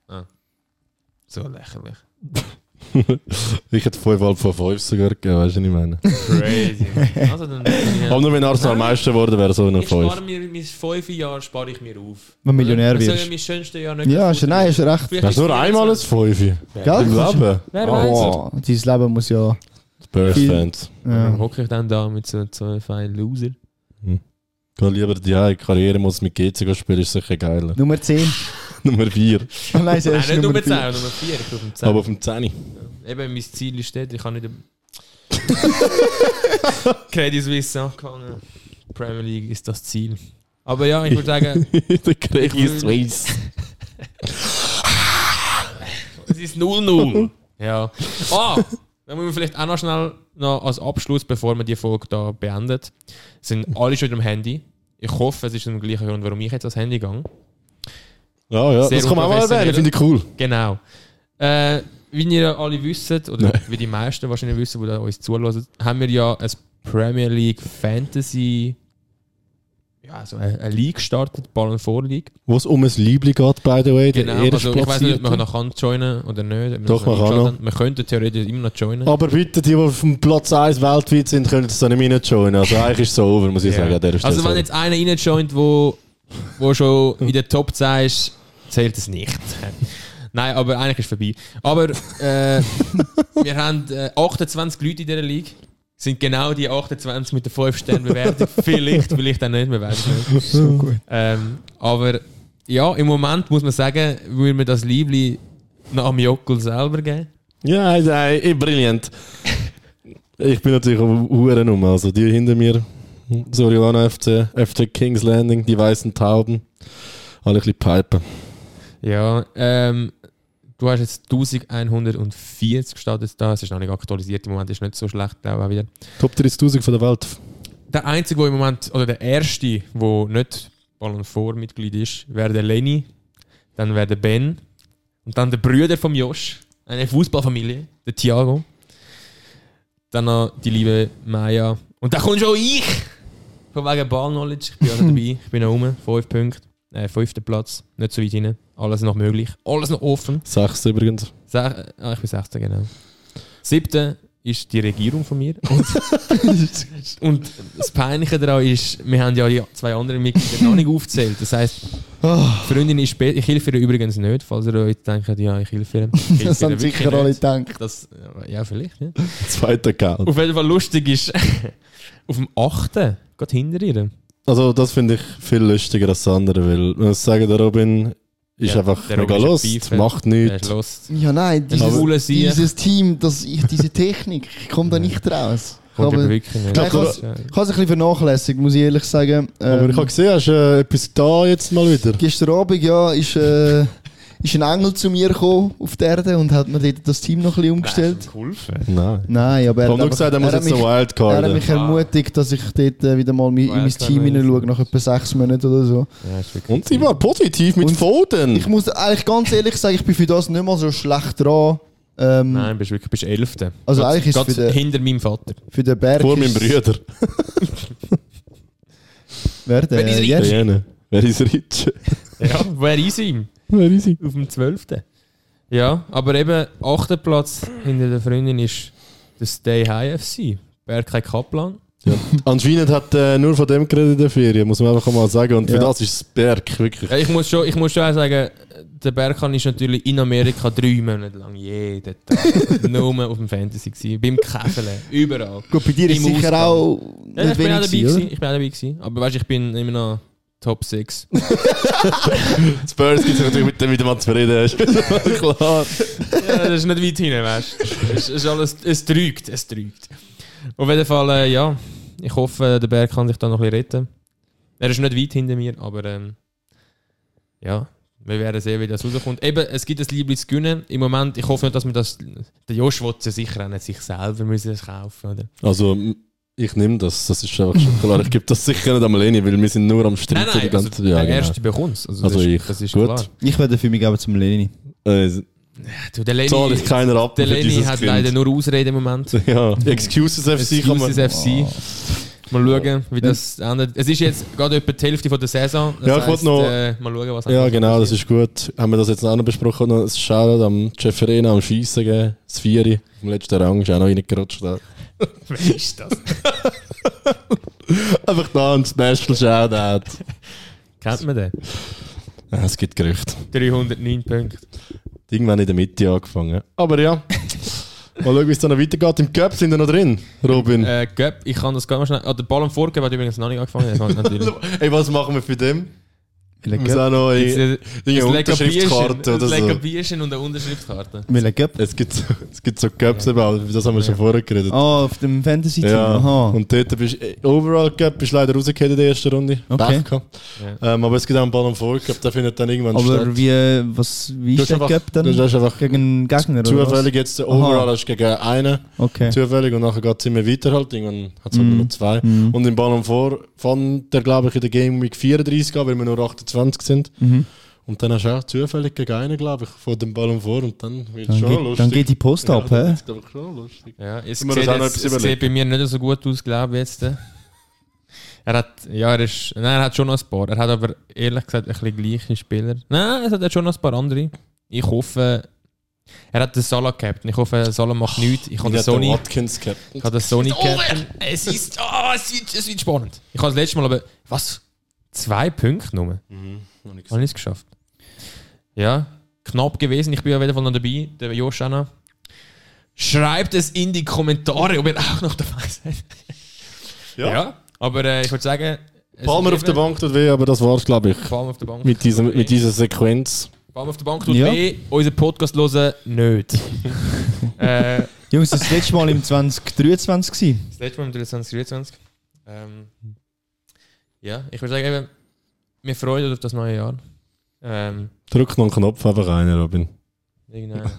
Speaker 5: So lächerlich.
Speaker 7: Ich hätte 5,5 von 5 sogar gegeben, weißt du, was ich meine?
Speaker 5: Crazy. also dann
Speaker 7: Aber nur wenn Arsenal Meister geworden wäre, so eine
Speaker 5: ich spare
Speaker 7: 5.
Speaker 5: mir mein fünfte Jahr spare ich mir auf.
Speaker 6: Wenn du Millionär
Speaker 5: Ich soll ja
Speaker 6: wirst.
Speaker 5: mein schönstes Jahr nicht
Speaker 6: Ja,
Speaker 5: kaputt
Speaker 6: hast du- nein, hast du recht.
Speaker 5: machen.
Speaker 7: Das ist nur einmal ein 5. Im
Speaker 5: Ah,
Speaker 6: Gell?
Speaker 7: Leben.
Speaker 5: Wer weiß.
Speaker 6: Oh, dein Leben muss ja...
Speaker 7: Spurs-Fans.
Speaker 5: Warum
Speaker 6: ja.
Speaker 5: hocke ich dann da mit so zwei feinen Loser?
Speaker 7: Geh lieber die eigene Karriere, muss mit GC spielen, ist sicher geiler.
Speaker 6: Nummer 10.
Speaker 7: Nummer 4.
Speaker 6: Oh nein, sie
Speaker 5: Nein,
Speaker 6: ist
Speaker 5: nicht
Speaker 6: Nummer
Speaker 5: Nummer 10,
Speaker 6: vier.
Speaker 5: Nummer 4. Ich bin auf dem 10.
Speaker 7: Aber auf dem 10.
Speaker 5: Eben, mein Ziel ist dort, ich kann nicht... Credit Suisse angefangen. Premier League ist das Ziel. Aber ja, ich würde sagen,
Speaker 7: Der Craig ist weiss.
Speaker 5: es ist 0-0. ja. Ah, dann müssen wir vielleicht auch noch schnell noch als Abschluss, bevor wir die Folge da beendet, sind alle schon wieder am Handy. Ich hoffe, es ist der gleiche Grund, warum ich jetzt ans Handy gehe.
Speaker 7: Ja, ja,
Speaker 5: Sehr
Speaker 7: das kann man auch mal erwähnen,
Speaker 5: unprofessionell.
Speaker 7: finde ich cool.
Speaker 5: Genau. Äh, wie ihr alle wisst, oder
Speaker 7: Nein.
Speaker 5: wie die meisten wahrscheinlich wissen, die da uns zuhören, haben wir ja ein Premier League Fantasy, ja, so eine, eine League gestartet, Ball- und Vorleague.
Speaker 7: Wo es um ein Liebling geht, by the way. Der
Speaker 5: Genau, also ich weiß nicht, ob
Speaker 7: Erstplatzierte.
Speaker 5: man noch kann joinen oder nicht. ob wir
Speaker 7: Doch,
Speaker 5: noch
Speaker 7: man
Speaker 5: eingeschaltet
Speaker 7: kann noch.
Speaker 5: haben. Man könnte theoretisch immer noch joinen.
Speaker 7: Aber bitte, die, die auf dem Platz 1 weltweit sind, können das dann nicht mehr joinen. Also eigentlich ist es so over, muss ich sagen. An der Stelle.
Speaker 5: Also wenn jetzt einer reinjoint, wo, wo schon in der Top 10 ist, zählt es nicht. Nein, aber eigentlich ist es vorbei. Aber äh, wir haben äh, 28 Leute in dieser Liga. Sind genau die 28 mit der 5-Sterne-Bewertung. vielleicht, vielleicht auch nicht, man weiß nicht.
Speaker 6: So gut.
Speaker 5: Ähm, aber ja, im Moment muss man sagen, würde man das Liebling nach dem Jockel selber geben.
Speaker 7: Ja, nein, eh, brillant. Ich bin natürlich auf Uhren um. Also die hinter mir, Soriano FC, FC eh, Kings Landing, die weißen Tauben. Alle ein bisschen pipen.
Speaker 5: Ja, ähm, du hast jetzt 1140 startet da. Es ist noch nicht aktualisiert. Im Moment ist nicht so schlecht, glaube ich, auch wieder.
Speaker 7: Top 3000 von der Welt.
Speaker 5: Der einzige, der im Moment, oder der erste, der nicht Ballon vor Mitglied ist, wäre der Lenny, dann wäre der Ben und dann der Brüder vom Josh, eine Fußballfamilie, der Thiago. Dann noch die liebe Maya. Und dann kommt schon ich! Von wegen Ball-Knowledge. Ich bin auch noch dabei. Ich bin noch rum. Fünf Punkte. Äh, fünfter Platz. Nicht so weit rein. Alles noch möglich. Alles noch offen.
Speaker 7: Sechs übrigens.
Speaker 5: Sech, ah, ich bin 16, genau. Siebte ist die Regierung von mir. Und, und das Peinliche daran ist, wir haben ja die zwei anderen Mitglieder noch nicht aufgezählt. Das heisst,
Speaker 6: Ah.
Speaker 5: Freundin ist spät. Ich helfe ihr übrigens nicht, falls ihr euch denkt, ja, ich helfe ihr. Ich helfe
Speaker 6: Das
Speaker 5: ihr
Speaker 6: haben
Speaker 5: wirklich
Speaker 6: sicher alle
Speaker 5: nicht.
Speaker 6: gedacht.
Speaker 5: Das, ja, vielleicht. Ja.
Speaker 7: Zweiter Geld.
Speaker 5: Auf jeden Fall lustig ist, auf dem 8. geht hinter ihr.
Speaker 7: Also das finde ich viel lustiger als das andere, weil wenn ich sage, der Robin ist
Speaker 5: Ja,
Speaker 7: einfach
Speaker 5: der Robin
Speaker 7: mega
Speaker 5: ist ein
Speaker 7: los,
Speaker 5: Pfeifer.
Speaker 7: macht
Speaker 5: Der ist
Speaker 7: nichts.
Speaker 5: los.
Speaker 6: Ja, nein,
Speaker 5: Aber- Cooler
Speaker 6: dieses,
Speaker 5: Sieg.
Speaker 6: dieses Team, das, ich, diese Technik, ich komme da nicht raus. Ich
Speaker 5: Kommt aber
Speaker 6: habe
Speaker 5: wirklich nicht.
Speaker 6: Nein, ich
Speaker 5: Das-
Speaker 6: ich habe es ein bisschen vernachlässigt, muss ich ehrlich sagen.
Speaker 7: Aber
Speaker 6: Ähm,
Speaker 7: ich habe gesehen, hast du äh, etwas da jetzt mal wieder?
Speaker 6: Gestern Abend ja, ist, äh, ist ein Engel zu mir gekommen auf die Erde und hat mir dort das Team noch ein bisschen umgestellt.
Speaker 7: Nein.
Speaker 6: Nein, aber er
Speaker 7: Ich habe nur
Speaker 6: einfach-
Speaker 7: gesagt, er muss
Speaker 6: er hat
Speaker 7: jetzt eine
Speaker 6: mich, er hat
Speaker 7: Wildcard.
Speaker 6: mich ermutigt, dass ich dort äh, wieder mal mi- in mein
Speaker 5: Wildcard
Speaker 6: Team
Speaker 5: Wales.
Speaker 6: hineinschaue, nach etwa sechs Monaten oder so.
Speaker 7: Hm.
Speaker 5: Ja, ist wirklich-
Speaker 7: Und sie war positiv mit
Speaker 6: Und- Ich
Speaker 7: Foden.
Speaker 6: muss eigentlich ganz ehrlich sagen, ich bin für das nicht mal so schlecht dran. Ähm,
Speaker 5: Nein, bist wirklich bist Elfte.
Speaker 6: Also
Speaker 5: Ganz-
Speaker 6: eigentlich ist es
Speaker 5: ganz
Speaker 6: für den-
Speaker 5: hinter meinem Vater.
Speaker 6: Für den Berg.
Speaker 7: Vor
Speaker 6: ist-
Speaker 7: meinem Bruder.
Speaker 6: Wer der?
Speaker 5: Wenn ich-
Speaker 6: Jens?
Speaker 7: Der jene. Wer ist Rich?
Speaker 5: Ja, wer ist ihm?
Speaker 7: Wer ist ich?
Speaker 5: Auf dem 12. Ja, aber eben, achter Platz hinter der Freundin ist der Stay High FC. Berkay Kaplan.
Speaker 7: Ja. Anscheinend hat äh, nur von dem geredet in der Ferien, muss man einfach mal sagen. Und für
Speaker 6: Ja.
Speaker 7: das ist das Berg wirklich.
Speaker 5: Ja, ich, muss schon, ich muss schon auch sagen, der Berkan ist natürlich in Amerika drei Monate lang jeden Tag nur auf dem Fantasy gewesen, beim Käfeln, überall.
Speaker 6: Gut, bei dir ist
Speaker 5: Im
Speaker 6: sicher
Speaker 5: Ausgang.
Speaker 6: auch
Speaker 5: Ja, ich
Speaker 6: nicht
Speaker 5: bin auch dabei
Speaker 6: wenig gewesen,
Speaker 5: gewesen, ich bin auch dabei gewesen. Aber weißt, ich bin immer noch Top 6.
Speaker 7: Spurs gibt es natürlich mit dem, mit dem man zu reden ist. Klar.
Speaker 5: ja, das ist nicht weit hin, weißt du. Es, ist alles, es trügt, es trügt. Auf jeden Fall, äh, ja, ich hoffe, der Berg kann sich da noch ein bisschen retten. Er ist nicht weit hinter mir, aber ähm, ja, wir werden sehen, wie das rauskommt. Eben, es gibt ein Liebling zu gewinnen. Im Moment, ich hoffe nicht, dass wir das. Der Josh will es ja sicher auch nicht sich selber müssen es kaufen, oder?
Speaker 7: Also, m- ich nehme das, das ist einfach schon klar. Ich gebe das sicher nicht am Leni, weil wir sind nur am Streiten.
Speaker 5: Nein, nein,
Speaker 7: die
Speaker 5: also,
Speaker 7: ganze-
Speaker 5: der
Speaker 7: ja, genau.
Speaker 5: Erste bekommt es. Also,
Speaker 7: Also
Speaker 5: das,
Speaker 7: ich.
Speaker 5: ist- das ist
Speaker 7: Gut.
Speaker 5: klar.
Speaker 6: Ich werde für mich geben zum Leni.
Speaker 7: Äh,
Speaker 5: Du, der Lenny,
Speaker 7: zahle ich keiner ab.
Speaker 5: der
Speaker 7: für
Speaker 5: Lenny
Speaker 7: dieses
Speaker 5: hat
Speaker 7: Kind.
Speaker 5: leider nur Ausreden im Moment.
Speaker 7: Ja, Excuses FC kann man. Ah.
Speaker 5: Excuses FC. Mal schauen, wie das endet. Es ist jetzt gerade etwa die Hälfte von der Saison. Das
Speaker 7: Ja, ich wollte noch-
Speaker 5: äh, mal schauen, was
Speaker 7: Ja,
Speaker 5: eigentlich
Speaker 7: genau, das
Speaker 5: passiert.
Speaker 7: ist gut. Haben wir das jetzt auch noch besprochen? Noch ein Shoutout am Jeff Arena am Schiessen gegeben. Das Vieri im letzten Rang ist auch noch reingerutscht. da.
Speaker 5: Wer ist das?
Speaker 7: Einfach da ein Special Shoutout.
Speaker 5: Kennt man den?
Speaker 7: Ja, Es gibt Gerüchte.
Speaker 5: 309 Punkte.
Speaker 7: Irgendwann in der Mitte angefangen. Aber ja. Mal schauen, wie es dann noch weitergeht. Im Cup sind wir noch drin, Robin.
Speaker 5: Äh, Göpp, ich kann das gar nicht schnell. Ah, der Ball am Vorgeben hat übrigens noch nicht angefangen. Das hat natürlich.
Speaker 7: Ey, was machen wir für den? Wir müssen
Speaker 6: Welcher
Speaker 7: auch noch
Speaker 5: Jetzt,
Speaker 7: eine
Speaker 5: äh,
Speaker 7: eine
Speaker 5: ein lecker
Speaker 7: Unterschriftskarte
Speaker 5: Bierchen-
Speaker 7: oder
Speaker 5: ein lecker
Speaker 7: so.
Speaker 5: Bierchen und eine Unterschriftkarte.
Speaker 6: Cup?
Speaker 7: Es gibt, so- es gibt so Cups, eben, aber das haben wir schon vorher geredet.
Speaker 6: Ah, auf dem Fantasy-Team.
Speaker 7: Ja,
Speaker 6: Aha.
Speaker 7: und dort bist du, Overall Cup bist leider rausgekommen in der ersten Runde.
Speaker 6: Okay.
Speaker 7: Pech gehabt. Ähm, aber es gibt auch einen Ballon vor Cup, der findet dann irgendwann
Speaker 6: Aber
Speaker 7: statt.
Speaker 6: wie, äh, was, wie
Speaker 7: Du
Speaker 6: ist
Speaker 7: hast
Speaker 6: der
Speaker 7: einfach-
Speaker 6: Cup dann?
Speaker 7: Du hast einfach
Speaker 6: Gegen einen Gegner oder
Speaker 7: zufällig jetzt den Overall hast gegen einen,
Speaker 6: was? Okay. Mhm.
Speaker 7: zufällig, und nachher geht es immer weiter halt, irgendwann hat es nur noch zwei. Und im Ballon vor fand der, glaube ich, in der Game Week 34 an, weil wir nur 28 sind.
Speaker 6: Mhm.
Speaker 7: Und dann hast du auch zufällig gegen einen, glaube ich, von dem Ballon vor und dann wird es
Speaker 6: Dann,
Speaker 7: schon
Speaker 6: geht,
Speaker 7: lustig.
Speaker 6: dann geht die Post ab,
Speaker 7: Ja,
Speaker 6: hä?
Speaker 7: das ist, glaube ich, schon lustig.
Speaker 5: Ja, es
Speaker 7: Müssen wir
Speaker 5: sieht,
Speaker 7: uns auch noch
Speaker 5: jetzt,
Speaker 7: etwas
Speaker 5: es sieht bei mir nicht so gut aus, glaube ich jetzt. äh. Er hat, ja, er ist, nein, er hat schon noch ein paar. Er hat aber ehrlich gesagt ein bisschen gleiche Spieler. Nein, es hat schon noch ein paar andere. Ich hoffe, er hat den Salah gehabt. Ich hoffe, Salah macht nichts. Ich habe den
Speaker 7: Ich hätte den
Speaker 5: Sony,
Speaker 7: Watkins gehabt.
Speaker 5: ich habe den Sony gehabt. Es ist, ah, es wird, es wird spannend. Ich habe das letzte Mal aber, was? Zwei Punkte nur?
Speaker 7: Noch nicht gesehen.
Speaker 5: Habe ich es Mhm. geschafft. Ja, knapp gewesen. Ich bin ja auf jeden Fall noch dabei. Der Josh auch noch. Schreibt es in die Kommentare, ob ihr auch noch dabei seid.
Speaker 7: Ja.
Speaker 5: aber äh, ich würde sagen. es
Speaker 7: Palmer
Speaker 5: ist
Speaker 7: auf der
Speaker 5: eben-
Speaker 7: Bank tut weh, aber das war's, glaube ich.
Speaker 5: Palmer auf der Bank.
Speaker 7: Mit, diesem, mit dieser Sequenz.
Speaker 5: Palmer auf der Bank tut
Speaker 6: Ja.
Speaker 5: weh. Unser Podcast hören nicht. äh,
Speaker 6: Jungs, das letzte Mal im 2023 gewesen.
Speaker 5: das letzte Mal mit 2023. Ähm, ja, ich würde sagen, eben, wir freuen uns auf das neue Jahr. Ähm,
Speaker 7: Drück noch einen Knopf einfach rein, Robin.
Speaker 5: Irgendein.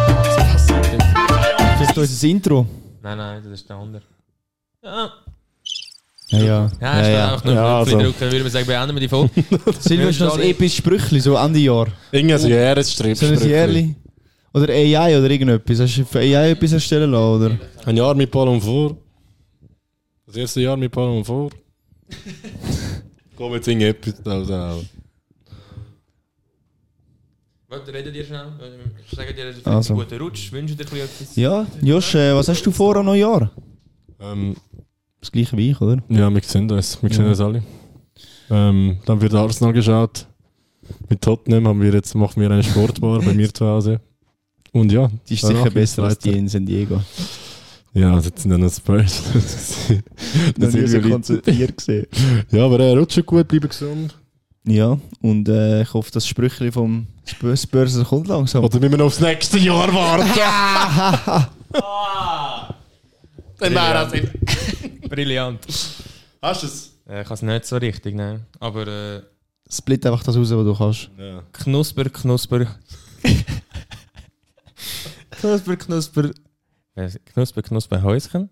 Speaker 5: nein,
Speaker 6: Das ist unser Intro.
Speaker 5: nein, das ist der andere. Ja,
Speaker 6: Ja, ja.
Speaker 5: ja, ja, einfach nur
Speaker 7: Ja,
Speaker 5: ja,
Speaker 7: also.
Speaker 5: drücken, würde man sagen, beenden wir die Folge.
Speaker 6: Silvio ist noch ein
Speaker 5: Ja,
Speaker 6: episches Sprüchli, so Ende Jahr.
Speaker 7: Irgendwas Oh. Jahresstrip.
Speaker 6: Sollen wir ehrlich? Oder AI oder irgendetwas? Hast du für AI etwas erstellen lassen, oder?
Speaker 7: Ein Jahr mit Ballon vor. Das erste Jahr mit Ballon vor. Komm jetzt also, irgendetwas da raus.
Speaker 5: Warte, redet ihr schnell? Ich sage dir einen
Speaker 6: Also.
Speaker 5: guten Rutsch, wünsche dir ein bisschen etwas.
Speaker 6: Ja, Josh, äh, was hast du vor an Neujahr?
Speaker 7: Ähm,
Speaker 6: Das gleiche wie ich, oder?
Speaker 7: ja, wir sehen uns. Wir sehen uns alle. Ähm, dann wird Arsenal geschaut. Mit Tottenham haben wir jetzt, machen wir eine Sportbar bei mir zu Hause. Und ja,
Speaker 6: Die ist
Speaker 7: danach
Speaker 6: sicher
Speaker 7: geht's
Speaker 6: besser als die
Speaker 7: weiter.
Speaker 6: in San Diego.
Speaker 7: Ja, das sind dann noch Spurs. Das
Speaker 6: Das
Speaker 7: sind
Speaker 6: ist so
Speaker 7: Leute.
Speaker 6: konzentriert gesehen.
Speaker 7: Ja, aber er rutscht gut, bleibt gesund.
Speaker 6: Ja, und äh, ich hoffe, das Sprüchli vom Spurs- Spurser kommt langsam.
Speaker 7: Oder müssen wir noch aufs nächste Jahr warten? Ah! Dann wäre das nicht.
Speaker 5: Brillant.
Speaker 7: Hast du es?
Speaker 5: Äh, Ich kann es nicht so richtig, nein. Aber äh,
Speaker 6: Split einfach das raus, was du kannst.
Speaker 7: Ja.
Speaker 5: Knusper, Knusper. knusper, Knusper. Äh, Knusper, Knusper, Häuschen.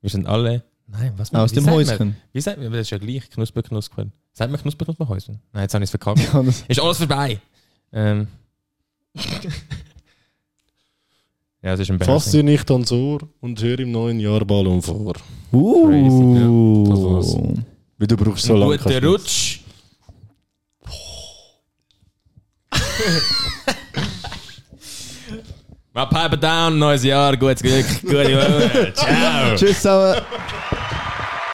Speaker 5: Wir sind alle. Nein, was
Speaker 6: Ah, Aus
Speaker 5: wie
Speaker 6: dem
Speaker 5: sagt man-
Speaker 6: Häuschen.
Speaker 5: Wie sagt man? Aber Das ist ja gleich. Knusper, Knusper. Sagt man Knusper, Knusper, Häuschen? Nein, jetzt habe ich es verkackt.
Speaker 6: Ja, das-
Speaker 5: Ist alles vorbei. Ähm. ja, es ist ein
Speaker 7: Fass dir nicht ans Ohr und hör im neuen Jahr Ballon vor.
Speaker 6: Uh.
Speaker 7: Crazy, ja. Weil du brauchst so
Speaker 5: Also Ein
Speaker 7: lange.
Speaker 5: guter Rutsch. Wir pipen down, neues Jahr, gutes Glück, gute Woche. Ciao.
Speaker 6: Tschüss zusammen.